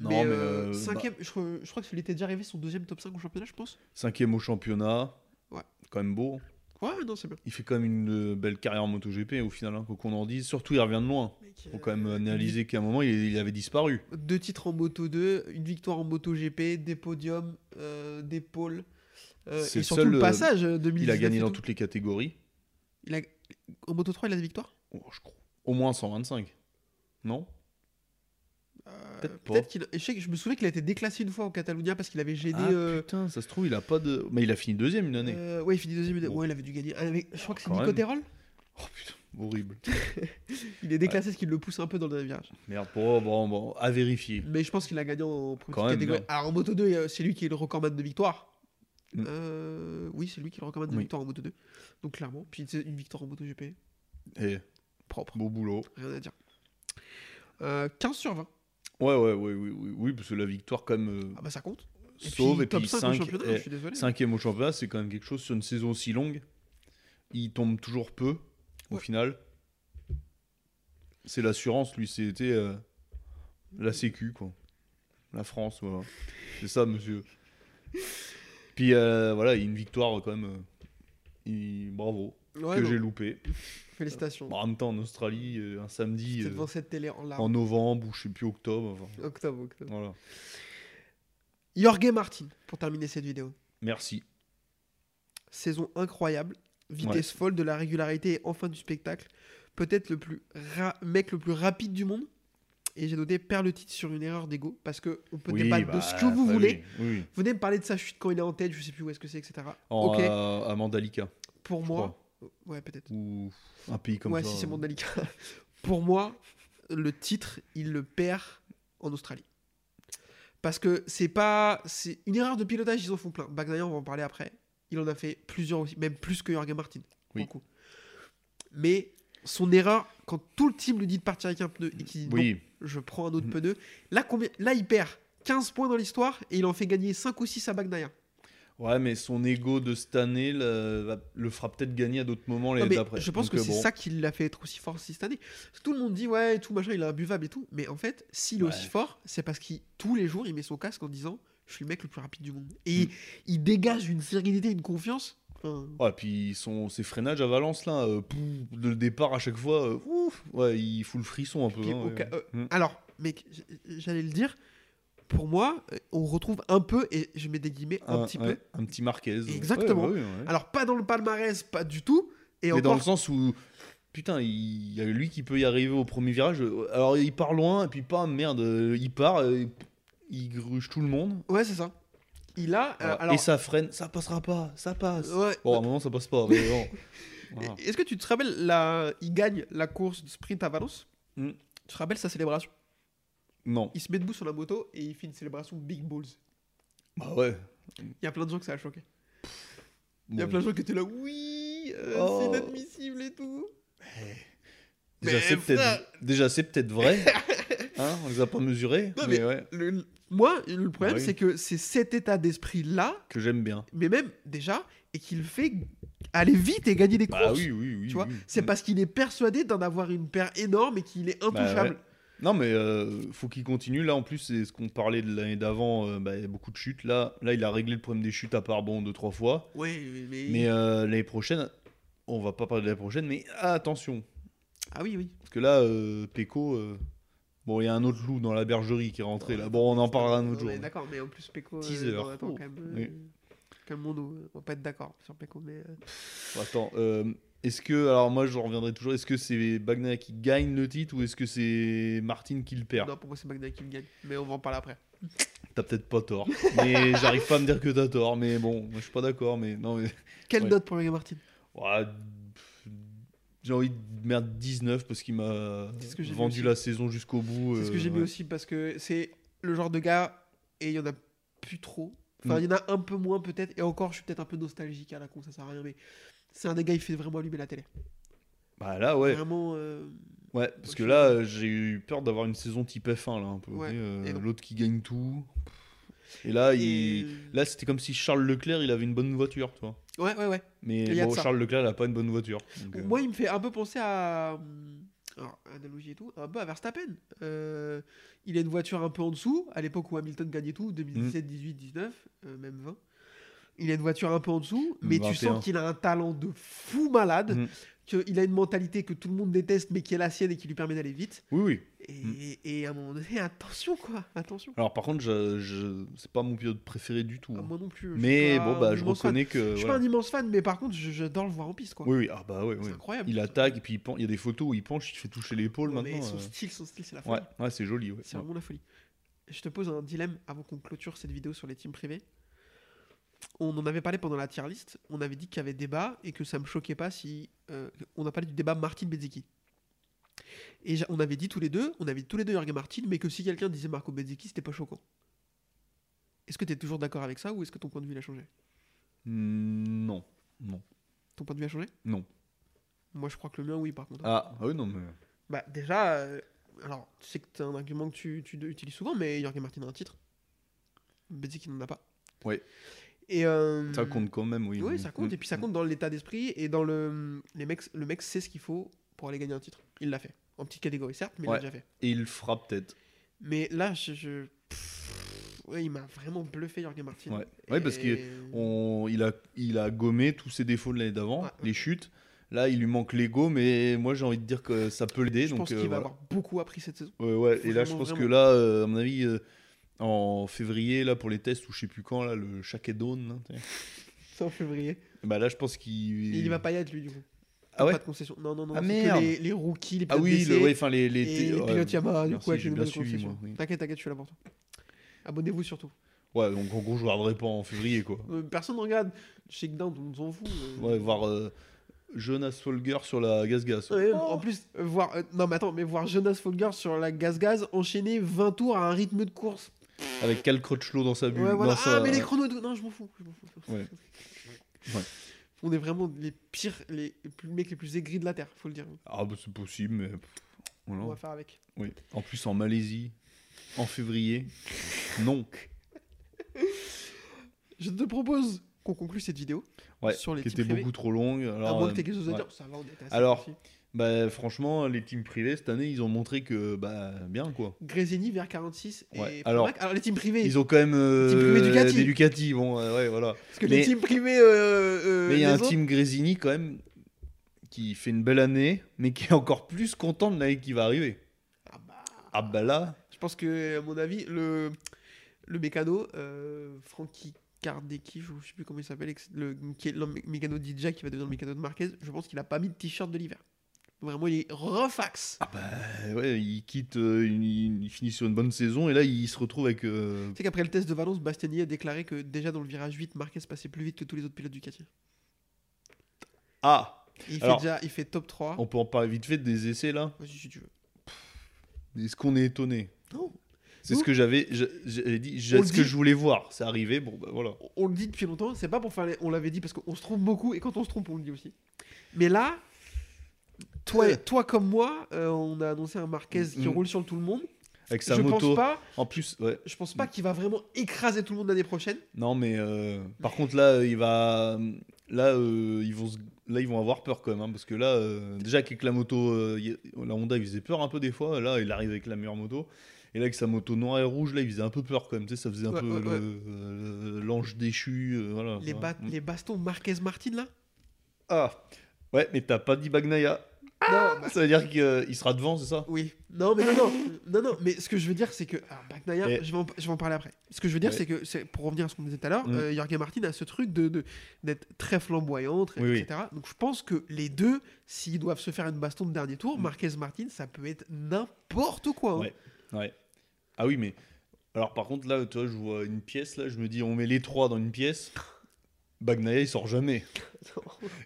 [SPEAKER 2] Non,
[SPEAKER 6] mais
[SPEAKER 2] mais,
[SPEAKER 6] euh,
[SPEAKER 2] euh,
[SPEAKER 6] cinquième, je, crois- je crois que ça lui était déjà arrivé son deuxième top 5 au championnat, je pense.
[SPEAKER 2] Cinquième au championnat.
[SPEAKER 6] Ouais.
[SPEAKER 2] Quand même beau.
[SPEAKER 6] Ouais, non, c'est bien.
[SPEAKER 2] Il fait quand même une euh, belle carrière en MotoGP au final, hein, quoi qu'on en dise. Surtout, il revient de loin.
[SPEAKER 6] Mec,
[SPEAKER 2] Faut quand même
[SPEAKER 6] euh,
[SPEAKER 2] analyser qu'à un moment, il, il avait disparu.
[SPEAKER 6] deux titres en Moto 2, une victoire en Moto GP, des podiums, euh, des pôles. euh,
[SPEAKER 2] C'est
[SPEAKER 6] et
[SPEAKER 2] le
[SPEAKER 6] surtout
[SPEAKER 2] seul,
[SPEAKER 6] le
[SPEAKER 2] euh,
[SPEAKER 6] passage euh,
[SPEAKER 2] Il
[SPEAKER 6] 2019
[SPEAKER 2] a gagné
[SPEAKER 6] et
[SPEAKER 2] dans
[SPEAKER 6] tout.
[SPEAKER 2] toutes les catégories.
[SPEAKER 6] Il a... En Moto 3, il a des victoires
[SPEAKER 2] Oh, je crois. Au moins 125. Non
[SPEAKER 6] Euh,
[SPEAKER 2] Peut-être pas.
[SPEAKER 6] Peut-être qu'il. Je, sais que- je me souviens qu'il a été déclassé une fois en Catalunya parce qu'il avait gêné.
[SPEAKER 2] Ah
[SPEAKER 6] euh,
[SPEAKER 2] putain, ça se trouve, il a pas de. Mais il a fini deuxième une année.
[SPEAKER 6] euh, ouais, il finit deuxième.
[SPEAKER 2] Bon.
[SPEAKER 6] Ouais, il avait dû gagner. Ah, mais je crois que c'est
[SPEAKER 2] Quand
[SPEAKER 6] Nico
[SPEAKER 2] même.
[SPEAKER 6] Terol.
[SPEAKER 2] Oh putain, horrible.
[SPEAKER 6] Il est déclassé ce qui le pousse un peu dans le dernier virage.
[SPEAKER 2] Merde, bon, bon, bon, à vérifier.
[SPEAKER 6] Mais je pense qu'il a gagné en
[SPEAKER 2] Quand
[SPEAKER 6] première
[SPEAKER 2] même,
[SPEAKER 6] catégorie.
[SPEAKER 2] bien.
[SPEAKER 6] Alors en Moto 2, euh, c'est lui qui est le recordman de victoire.
[SPEAKER 2] Mm.
[SPEAKER 6] Euh, oui, c'est lui qui est le recordman de
[SPEAKER 2] Oui.
[SPEAKER 6] victoire en Moto 2. Donc clairement. Puis c'est une victoire en Moto GP.
[SPEAKER 2] Eh,
[SPEAKER 6] Propre.
[SPEAKER 2] beau boulot.
[SPEAKER 6] Rien à dire. Euh, 15 sur 20.
[SPEAKER 2] Ouais, ouais, ouais, oui, oui, oui, parce que la victoire, quand même, euh,
[SPEAKER 6] Ah bah ça compte.
[SPEAKER 2] sauve. et
[SPEAKER 6] top
[SPEAKER 2] puis eh.
[SPEAKER 6] 5 au
[SPEAKER 2] 5,
[SPEAKER 6] championnat, je suis désolé.
[SPEAKER 2] cinquième au championnat, c'est quand même quelque chose sur une saison aussi longue. Il tombe toujours peu, au
[SPEAKER 6] Ouais.
[SPEAKER 2] final. C'est l'assurance, lui, c'était euh, la Sécu, quoi. La France, voilà. C'est ça, monsieur. Puis euh, voilà, une victoire quand même. euh, il- Bravo,
[SPEAKER 6] Ouais,
[SPEAKER 2] que
[SPEAKER 6] non,
[SPEAKER 2] j'ai loupé.
[SPEAKER 6] Félicitations.
[SPEAKER 2] Bon, en même temps, en Australie, euh, un samedi,
[SPEAKER 6] C'était
[SPEAKER 2] euh,
[SPEAKER 6] devant cette télé en larmes.
[SPEAKER 2] en novembre ou je sais plus, octobre. enfin,
[SPEAKER 6] Octobre, octobre.
[SPEAKER 2] voilà.
[SPEAKER 6] Jorge Martin, pour terminer cette vidéo.
[SPEAKER 2] Merci.
[SPEAKER 6] Saison incroyable, vitesse folle, de la régularité et enfin du spectacle. Peut-être le plus ra- mec le plus rapide du monde. Et j'ai noté perd le titre sur une erreur d'ego parce que on peut
[SPEAKER 2] Oui,
[SPEAKER 6] débattre de
[SPEAKER 2] bah,
[SPEAKER 6] ce que vous
[SPEAKER 2] bah
[SPEAKER 6] voulez.
[SPEAKER 2] oui, oui.
[SPEAKER 6] Vous venez me parler de sa chute quand il est en tête, je sais plus où est-ce que c'est, etc.
[SPEAKER 2] En, euh,
[SPEAKER 6] ok,
[SPEAKER 2] à- à Mandalika.
[SPEAKER 6] pour
[SPEAKER 2] je
[SPEAKER 6] moi. Ouais, peut-être.
[SPEAKER 2] ou un pays comme
[SPEAKER 6] ouais,
[SPEAKER 2] ça.
[SPEAKER 6] si c'est
[SPEAKER 2] euh,
[SPEAKER 6] Mandalika. Pour moi, le titre, il le perd en Australie. Parce que c'est pas. C'est une erreur de pilotage, ils en font plein. Bagnaia, on va en parler après. Il en a fait plusieurs aussi, même plus que Jorge Martin.
[SPEAKER 2] Oui.
[SPEAKER 6] Beaucoup. Mais son erreur, quand tout le team lui dit de partir avec un pneu et qu'il dit non,
[SPEAKER 2] Oui,
[SPEAKER 6] je prends un autre
[SPEAKER 2] Mhm.
[SPEAKER 6] pneu, là, combien... là, il perd 15 points dans l'histoire et il en fait gagner 5 ou 6 à Bagnaia.
[SPEAKER 2] ouais, mais son ego de cette année le, va- le fera peut-être gagner à d'autres moments
[SPEAKER 6] Non,
[SPEAKER 2] les
[SPEAKER 6] mais
[SPEAKER 2] d'après.
[SPEAKER 6] je pense
[SPEAKER 2] Donc,
[SPEAKER 6] que
[SPEAKER 2] euh,
[SPEAKER 6] c'est
[SPEAKER 2] bon.
[SPEAKER 6] ça qui l'a fait être aussi fort aussi cette année. Parce que tout le monde dit ouais, et tout machin, il est imbuvable et tout. Mais en fait, s'il est
[SPEAKER 2] Ouais.
[SPEAKER 6] aussi fort, c'est parce qu'il tous les jours il met son casque en disant je suis le mec le plus rapide du monde. Et
[SPEAKER 2] Mm.
[SPEAKER 6] il, il dégage une sérénité, une confiance. Enfin,
[SPEAKER 2] Ouais, puis son, ses freinages à Valence là, euh, pouf, le départ à chaque fois, euh, ouf, ouais, il fout le frisson un peu.
[SPEAKER 6] puis
[SPEAKER 2] hein,
[SPEAKER 6] au
[SPEAKER 2] ouais.
[SPEAKER 6] cas- euh,
[SPEAKER 2] Mm.
[SPEAKER 6] Alors, mec, j- j'allais le dire. Pour moi, euh, on retrouve un peu et je mets des guillemets un, petit
[SPEAKER 2] Ah, ouais,
[SPEAKER 6] peu.
[SPEAKER 2] un petit Marquez. Ouais,
[SPEAKER 6] Exactement.
[SPEAKER 2] ouais, ouais, ouais.
[SPEAKER 6] Alors pas dans le palmarès, pas du tout. Et
[SPEAKER 2] mais
[SPEAKER 6] encore,
[SPEAKER 2] dans le sens où putain, il il y a lui qui peut y arriver au premier virage. euh, Alors il part loin et puis pas merde, euh, il part, euh, il gruge tout le monde.
[SPEAKER 6] ouais, c'est ça. Il a euh,
[SPEAKER 2] Voilà.
[SPEAKER 6] alors.
[SPEAKER 2] Et ça freine, ça passera pas, ça passe.
[SPEAKER 6] ouais,
[SPEAKER 2] Bon, à un moment, ça passe pas. Mais bon. Voilà.
[SPEAKER 6] Et- Est-ce que tu te rappelles, la... il gagne la course de sprint à Valence
[SPEAKER 2] Mm.
[SPEAKER 6] Tu te rappelles sa célébration
[SPEAKER 2] Non.
[SPEAKER 6] Il se met debout sur la moto et il fait une célébration Big Balls.
[SPEAKER 2] Bah ouais.
[SPEAKER 6] Il y a plein de gens que ça a choqué. Il y a
[SPEAKER 2] Bon.
[SPEAKER 6] plein de gens qui étaient là, oui, euh,
[SPEAKER 2] Bah Oh.
[SPEAKER 6] c'est inadmissible et tout.
[SPEAKER 2] Déjà,
[SPEAKER 6] Mais
[SPEAKER 2] c'est
[SPEAKER 6] frère.
[SPEAKER 2] peut-être déjà, c'est peut-être vrai. hein, on les a pas mesurés.
[SPEAKER 6] Non,
[SPEAKER 2] mais,
[SPEAKER 6] mais-
[SPEAKER 2] ouais,
[SPEAKER 6] Le- le- moi, le problème,
[SPEAKER 2] Bah oui.
[SPEAKER 6] c'est que c'est cet état d'esprit-là,
[SPEAKER 2] que j'aime bien.
[SPEAKER 6] mais même déjà, et qu'il fait aller vite et gagner des courses.
[SPEAKER 2] Bah oui, oui, oui.
[SPEAKER 6] tu vois,
[SPEAKER 2] oui.
[SPEAKER 6] c'est parce qu'il est persuadé d'en avoir une paire énorme et qu'il est
[SPEAKER 2] Bah ouais.
[SPEAKER 6] intouchable.
[SPEAKER 2] Non, mais euh, faut qu'il continue. Là, en plus, c'est ce qu'on parlait de l'année d'avant. euh, bah, il y a beaucoup de chutes. Là, là, il a réglé le problème des chutes à part bon deux trois fois.
[SPEAKER 6] Ouais, mais.
[SPEAKER 2] Mais euh, l'année prochaine, on va pas parler de l'année prochaine, mais attention,
[SPEAKER 6] Ah oui, oui.
[SPEAKER 2] parce que là, euh, Pecco, euh, bon, il y a un autre loup dans la bergerie qui est rentré. Là, bon, on en parlera un autre
[SPEAKER 6] Non,
[SPEAKER 2] jour.
[SPEAKER 6] mais D'accord, mais en plus, Peko.
[SPEAKER 2] Teaser.
[SPEAKER 6] attends,
[SPEAKER 2] Oh.
[SPEAKER 6] quand même. euh,
[SPEAKER 2] Oui.
[SPEAKER 6] Calmons-nous, euh, on va pas être d'accord sur Peko, mais. euh,
[SPEAKER 2] Attends, euh, est-ce que, alors moi, je reviendrai toujours. Est-ce que c'est Bagnaia qui gagne le titre ou est-ce que c'est Martin qui le perd
[SPEAKER 6] Non, pour moi, c'est Magna qui me gagne. Mais on va en parler après.
[SPEAKER 2] T'as peut-être pas tort. Mais j'arrive pas à me dire que t'as tort. Mais bon, moi, je suis pas d'accord. Mais non, mais
[SPEAKER 6] Quelle
[SPEAKER 2] Ouais.
[SPEAKER 6] note pour Magna Martin
[SPEAKER 2] Ouais, pff, j'ai envie de merde 19 parce qu'il m'a
[SPEAKER 6] C'est ce que j'ai mis
[SPEAKER 2] vendu
[SPEAKER 6] aussi.
[SPEAKER 2] la saison jusqu'au bout.
[SPEAKER 6] C'est ce
[SPEAKER 2] euh,
[SPEAKER 6] que j'ai mis
[SPEAKER 2] ouais.
[SPEAKER 6] aussi parce que c'est le genre de gars et il y en a plus trop.
[SPEAKER 2] Mm.
[SPEAKER 6] Enfin, il y en a un peu moins peut-être. Et encore, je suis peut-être un peu nostalgique à la con, ça sert à rien. Mais c'est un des gars, il fait vraiment allumer la télé.
[SPEAKER 2] Bah là, ouais.
[SPEAKER 6] Vraiment. euh,
[SPEAKER 2] Ouais, parce que
[SPEAKER 6] je-
[SPEAKER 2] là, euh, j'ai eu peur d'avoir une saison type F1, là, un peu.
[SPEAKER 6] Ouais,
[SPEAKER 2] mais, euh,
[SPEAKER 6] et non.
[SPEAKER 2] L'autre qui gagne tout. Et là, Ah,
[SPEAKER 6] et-
[SPEAKER 2] il... là c'était comme si Charles Leclerc, il avait une bonne voiture, tu vois.
[SPEAKER 6] Ouais, ouais, ouais. Il y
[SPEAKER 2] Mais
[SPEAKER 6] a de
[SPEAKER 2] bon,
[SPEAKER 6] ça.
[SPEAKER 2] Charles Leclerc, il a pas une bonne voiture. donc, euh,
[SPEAKER 6] Moi, il me fait un peu penser à. hum, Alors, analogie et tout, un peu à Verstappen. Euh, il a une voiture un peu en dessous, à l'époque où Hamilton gagnait tout, 2017,
[SPEAKER 2] Mm.
[SPEAKER 6] 18, 19, euh, même 20. Il a une voiture un peu en dessous, mais tu
[SPEAKER 2] 21.
[SPEAKER 6] sens qu'il a un talent de fou malade,
[SPEAKER 2] Mm.
[SPEAKER 6] qu'il a une mentalité que tout le monde déteste, mais qui est la sienne et qui lui permet d'aller vite.
[SPEAKER 2] Oui, oui.
[SPEAKER 6] Et,
[SPEAKER 2] Mm.
[SPEAKER 6] et à un moment donné, attention quoi, attention.
[SPEAKER 2] Alors, par contre, je... je- c'est pas mon pilote préféré du tout.
[SPEAKER 6] Ah,
[SPEAKER 2] hein.
[SPEAKER 6] Moi non plus. je suis
[SPEAKER 2] Mais
[SPEAKER 6] pas
[SPEAKER 2] bon,
[SPEAKER 6] un
[SPEAKER 2] bah, je
[SPEAKER 6] immense fan.
[SPEAKER 2] reconnais que.
[SPEAKER 6] Je suis
[SPEAKER 2] voilà.
[SPEAKER 6] pas un immense fan, mais par contre, je- j'adore le voir en piste quoi.
[SPEAKER 2] Oui, oui, ah bah ouais,
[SPEAKER 6] C'est
[SPEAKER 2] ouais.
[SPEAKER 6] incroyable.
[SPEAKER 2] Il attaque et puis il pen- il y a des photos où il penche, il se fait toucher l'épaule
[SPEAKER 6] Ouais, mais
[SPEAKER 2] maintenant.
[SPEAKER 6] son
[SPEAKER 2] euh.
[SPEAKER 6] style, son style, c'est la folie.
[SPEAKER 2] Ouais, ouais c'est joli. Ouais.
[SPEAKER 6] C'est vraiment la folie. Je te pose un dilemme avant qu'on clôture cette vidéo sur les teams privés. On en avait parlé pendant la tier list. On avait dit qu'il y avait débat et que ça me choquait pas si. euh, on a parlé du débat Martin Bezzecchi. Et j'a- on avait dit tous les deux, on avait dit tous les deux Jürgen Martin, mais que si quelqu'un disait Marco Bezzecchi, c'était pas choquant. Est-ce que tu es toujours d'accord avec ça ou est-ce que ton point de vue il a changé
[SPEAKER 2] Mm, non.
[SPEAKER 6] Ton point de vue a changé
[SPEAKER 2] Non.
[SPEAKER 6] Moi je crois que le mien, oui, par contre.
[SPEAKER 2] Ah, ah oui, non, mais.
[SPEAKER 6] Bah déjà, euh, alors tu sais que c'est un argument que tu, tu utilises souvent, mais Jorge Martin a un titre. Bezzeki n'en a pas.
[SPEAKER 2] Ouais.
[SPEAKER 6] Et euh,
[SPEAKER 2] Ça compte quand même, oui.
[SPEAKER 6] Oui, ça compte.
[SPEAKER 2] Mm,
[SPEAKER 6] Et puis ça
[SPEAKER 2] mm.
[SPEAKER 6] compte dans l'état d'esprit et dans le les mecs. Le mec sait ce qu'il faut pour aller gagner un titre. Il l'a fait. En petite catégorie certes, mais
[SPEAKER 2] Ouais.
[SPEAKER 6] il l'a déjà fait.
[SPEAKER 2] Et il fera peut-être.
[SPEAKER 6] Mais là, je, je- pff, ouais, il m'a vraiment bluffé Jorge Martin.
[SPEAKER 2] Ouais. Ouais, parce que On... Il, a... il a gommé tous ses défauts de l'année d'avant,
[SPEAKER 6] Ouais.
[SPEAKER 2] les chutes. Là, il lui manque l'ego, mais moi, j'ai envie de dire que ça peut l'aider.
[SPEAKER 6] je
[SPEAKER 2] donc,
[SPEAKER 6] pense qu'il
[SPEAKER 2] euh,
[SPEAKER 6] va
[SPEAKER 2] voilà.
[SPEAKER 6] avoir beaucoup appris cette saison.
[SPEAKER 2] Ouais, ouais. Et là, je
[SPEAKER 6] Vraiment,
[SPEAKER 2] pense que
[SPEAKER 6] vraiment.
[SPEAKER 2] là, euh, à mon avis, euh, en février, là, pour les tests, ou je sais plus quand, là, le chaque dawn, hein, là, t'sais.
[SPEAKER 6] C'est en février.
[SPEAKER 2] bah là, je pense qu'il.
[SPEAKER 6] Et il va pas y être lui du coup.
[SPEAKER 2] Ah ouais
[SPEAKER 6] Pas de concession. Non non non.
[SPEAKER 2] Ah,
[SPEAKER 6] c'est que
[SPEAKER 2] merde.
[SPEAKER 6] les, les rookies, les
[SPEAKER 2] Ah
[SPEAKER 6] pilotes
[SPEAKER 2] oui, le-
[SPEAKER 6] blessés.
[SPEAKER 2] ouais, enfin, les. les,
[SPEAKER 6] Et les
[SPEAKER 2] ouais.
[SPEAKER 6] pilotes Yamaha, du
[SPEAKER 2] merci,
[SPEAKER 6] coup, avec
[SPEAKER 2] j'ai
[SPEAKER 6] les
[SPEAKER 2] bien
[SPEAKER 6] nouvelles
[SPEAKER 2] suivi,
[SPEAKER 6] concessions.
[SPEAKER 2] moi, oui.
[SPEAKER 6] T'inquiète, t'inquiète, je suis là pour toi. Abonnez-vous surtout.
[SPEAKER 2] Ouais, donc en gros, je regarderai pas en février, quoi.
[SPEAKER 6] Euh, Personne ne regarde. Shakedown, on s'en fout. euh.
[SPEAKER 2] Ouais, voir euh, Jonas Solger sur la gas-gas.
[SPEAKER 6] Ouais, En plus, euh, voir. euh, non, mais attends, mais voir Jonas Folger sur la gaz-gaz enchaîner 20 tours à un rythme de course.
[SPEAKER 2] Ah, Avec Cal Crutchlow dans sa bulle.
[SPEAKER 6] Ouais, voilà.
[SPEAKER 2] dans sa-
[SPEAKER 6] Ah, mais les chronos et tout. Non, je m'en fous. je m'en fous.
[SPEAKER 2] Ouais. Ouais.
[SPEAKER 6] On est vraiment les pires, les, plus- mecs les plus aigris de la Terre, faut le dire.
[SPEAKER 2] Ah, bah, c'est possible, mais. pff, voilà.
[SPEAKER 6] On va faire avec.
[SPEAKER 2] Oui. En plus, en Malaisie, en février. non.
[SPEAKER 6] Je te propose qu'on conclue cette vidéo.
[SPEAKER 2] Ouais,
[SPEAKER 6] Sur les
[SPEAKER 2] qui
[SPEAKER 6] teams
[SPEAKER 2] était
[SPEAKER 6] privés.
[SPEAKER 2] beaucoup trop longue.
[SPEAKER 6] À
[SPEAKER 2] Alors,
[SPEAKER 6] moins
[SPEAKER 2] euh,
[SPEAKER 6] que t'aies quelque chose à
[SPEAKER 2] ouais.
[SPEAKER 6] dire. Ça va, on est assez
[SPEAKER 2] Alors,
[SPEAKER 6] parti.
[SPEAKER 2] Bah, franchement, les teams privés, cette année, ils ont montré que. Bah, bien, quoi.
[SPEAKER 6] Grésini vers 46.
[SPEAKER 2] Ouais,
[SPEAKER 6] Et
[SPEAKER 2] alors-
[SPEAKER 6] Pramac. alors, les teams privés.
[SPEAKER 2] Ils ont quand même. euh,
[SPEAKER 6] Team privé Ducati.
[SPEAKER 2] des Ducati, bon, euh, ouais, voilà.
[SPEAKER 6] Parce que
[SPEAKER 2] Mais-
[SPEAKER 6] les teams privés. euh, euh,
[SPEAKER 2] Mais il y a
[SPEAKER 6] les
[SPEAKER 2] un
[SPEAKER 6] autres-
[SPEAKER 2] team Grésini, quand même, qui fait une belle année, mais qui est encore plus content de l'année qui va arriver.
[SPEAKER 6] Ah bah,
[SPEAKER 2] Ah, bah là.
[SPEAKER 6] Je pense que, à mon avis, le, le mécano, euh, Frankie Kardeki, je sais plus comment il s'appelle, ex- le, qui est le mé- mécano d'Idja qui va devenir le mécano de Marquez, je pense qu'il a pas mis de t-shirt de l'hiver. Vraiment, il est refax.
[SPEAKER 2] Euh, Ouais, il quitte, euh, il, il finit sur une bonne saison et là il se retrouve avec. euh,
[SPEAKER 6] Tu sais qu'après le test de Valence, Bastiani a déclaré que déjà dans le virage 8, Marquez passait plus vite que tous les autres pilotes du quartier.
[SPEAKER 2] Ah,
[SPEAKER 6] Et Il,
[SPEAKER 2] Alors,
[SPEAKER 6] fait déjà, il fait top 3.
[SPEAKER 2] on peut en parler vite fait des essais là.
[SPEAKER 6] Vas-y, si tu veux.
[SPEAKER 2] Est-ce qu'on est étonné
[SPEAKER 6] Non.
[SPEAKER 2] C'est ce que j'avais. je- J'avais dit. j'ai-
[SPEAKER 6] On
[SPEAKER 2] Ce
[SPEAKER 6] le
[SPEAKER 2] que
[SPEAKER 6] dit.
[SPEAKER 2] je voulais voir. C'est arrivé. Bon, bah voilà.
[SPEAKER 6] on le dit depuis longtemps, c'est pas pour faire. les- On l'avait dit parce qu'on se trompe beaucoup et quand on se trompe, on le dit aussi. Mais là, toi,
[SPEAKER 2] Euh.
[SPEAKER 6] toi comme moi, euh, on a annoncé un Marquez qui
[SPEAKER 2] Mm.
[SPEAKER 6] roule sur tout le monde.
[SPEAKER 2] Avec sa
[SPEAKER 6] Je
[SPEAKER 2] moto. Mm.
[SPEAKER 6] pense pas.
[SPEAKER 2] En plus, ouais.
[SPEAKER 6] Je pense pas qu'il va vraiment écraser tout le monde l'année prochaine.
[SPEAKER 2] Non, mais euh, par contre là, euh, il va. Là, euh, ils vont. se- Là, ils vont avoir peur quand même, hein, parce que là, euh, déjà avec la moto, euh, y- la Honda, il faisait peur un peu des fois. Là, il arrive avec la meilleure moto. Et là, avec sa moto noire et rouge, là, il faisait un peu peur quand même. Tu sais, ça faisait un
[SPEAKER 6] Ouais,
[SPEAKER 2] peu
[SPEAKER 6] ouais,
[SPEAKER 2] le- euh, l'ange déchu. euh, voilà.
[SPEAKER 6] Les,
[SPEAKER 2] Voilà.
[SPEAKER 6] ba- les bastons Marquez-Martin là
[SPEAKER 2] Ah Ouais, mais t'as pas dit Bagnaia.
[SPEAKER 6] Non, bah,
[SPEAKER 2] Ça veut dire qu'il euh, il sera devant, c'est ça
[SPEAKER 6] oui. Non, mais non, non, non, non. Mais ce que je veux dire, c'est que. Alors, Bagnaia,
[SPEAKER 2] Et-
[SPEAKER 6] je, vais en, je vais en parler après. Ce que je veux dire,
[SPEAKER 2] Ouais.
[SPEAKER 6] c'est que, c'est- pour revenir à ce qu'on disait tout à l'heure,
[SPEAKER 2] Mm.
[SPEAKER 6] euh, Jorge Martin a ce truc de de- d'être très flamboyant, très-
[SPEAKER 2] Oui, oui.
[SPEAKER 6] etc. Donc je pense que les deux, s'ils doivent se faire une baston de dernier tour,
[SPEAKER 2] Mm.
[SPEAKER 6] Marquez Martin, ça peut être n'importe quoi. hein.
[SPEAKER 2] Ouais. Ouais. Ah oui, mais. Alors par contre, là, tu vois, je vois une pièce, là, je me dis, on met les trois dans une pièce. Bagnaia, il sort jamais.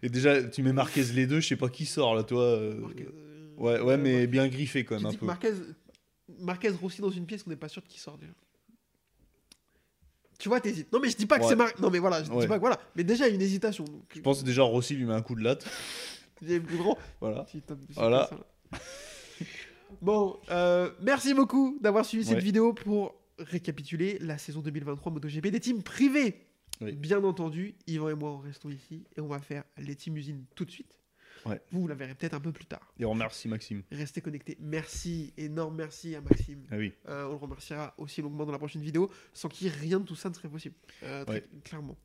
[SPEAKER 2] Et déjà, tu mets Marquez les deux, je sais pas qui sort, là, toi. euh,
[SPEAKER 6] Marquez- euh,
[SPEAKER 2] Ouais, ouais, mais bien griffé quand
[SPEAKER 6] Tu
[SPEAKER 2] même un
[SPEAKER 6] dis que
[SPEAKER 2] peu.
[SPEAKER 6] Marquez, Marquez Rossi dans une pièce qu'on n'est pas sûr de qui sort déjà. Tu vois, t'hésites. Non, mais je dis pas que
[SPEAKER 2] Ouais.
[SPEAKER 6] c'est Mar... Non, mais voilà, je dis
[SPEAKER 2] Ouais.
[SPEAKER 6] pas que voilà. Mais déjà, il y a une hésitation. donc,
[SPEAKER 2] Je pense que déjà Rossi lui met un coup de latte.
[SPEAKER 6] Il y a le plus grand.
[SPEAKER 2] Voilà.
[SPEAKER 6] Si t'as- si
[SPEAKER 2] Voilà.
[SPEAKER 6] t'as ça, là. bon, euh, merci beaucoup d'avoir suivi
[SPEAKER 2] Ouais.
[SPEAKER 6] cette vidéo pour récapituler la saison 2023 MotoGP des teams privés.
[SPEAKER 2] Oui.
[SPEAKER 6] Bien entendu, Yvan et moi, on restons ici et on va faire les teams usines tout de suite.
[SPEAKER 2] Ouais.
[SPEAKER 6] Vous, vous la verrez peut-être un peu plus tard.
[SPEAKER 2] Et on remercie Maxime.
[SPEAKER 6] Restez connectés. Merci, énorme merci à Maxime.
[SPEAKER 2] Ah oui.
[SPEAKER 6] Euh, on le remerciera aussi longuement dans la prochaine vidéo, sans qui rien de tout ça ne serait possible. Euh, très
[SPEAKER 2] Ouais.
[SPEAKER 6] Clairement.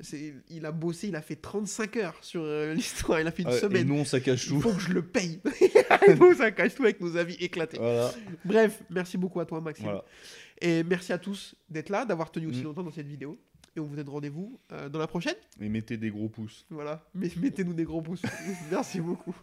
[SPEAKER 6] C'est- Il a bossé, il a fait 35 heures sur euh, l'histoire, il a fait une
[SPEAKER 2] Ah ouais, et
[SPEAKER 6] semaine.
[SPEAKER 2] nous, on saccage
[SPEAKER 6] Il
[SPEAKER 2] tout.
[SPEAKER 6] faut que je le paye. Il faut que ça cache tout avec nos avis éclatés.
[SPEAKER 2] Voilà.
[SPEAKER 6] Bref, merci beaucoup à toi, Maxime.
[SPEAKER 2] voilà.
[SPEAKER 6] Et merci à tous d'être là, d'avoir tenu aussi
[SPEAKER 2] Mm.
[SPEAKER 6] longtemps dans cette vidéo. Et on vous donne rendez-vous euh, dans la prochaine.
[SPEAKER 2] Et mettez des gros pouces.
[SPEAKER 6] Voilà. Mais mettez-nous des gros pouces. merci beaucoup.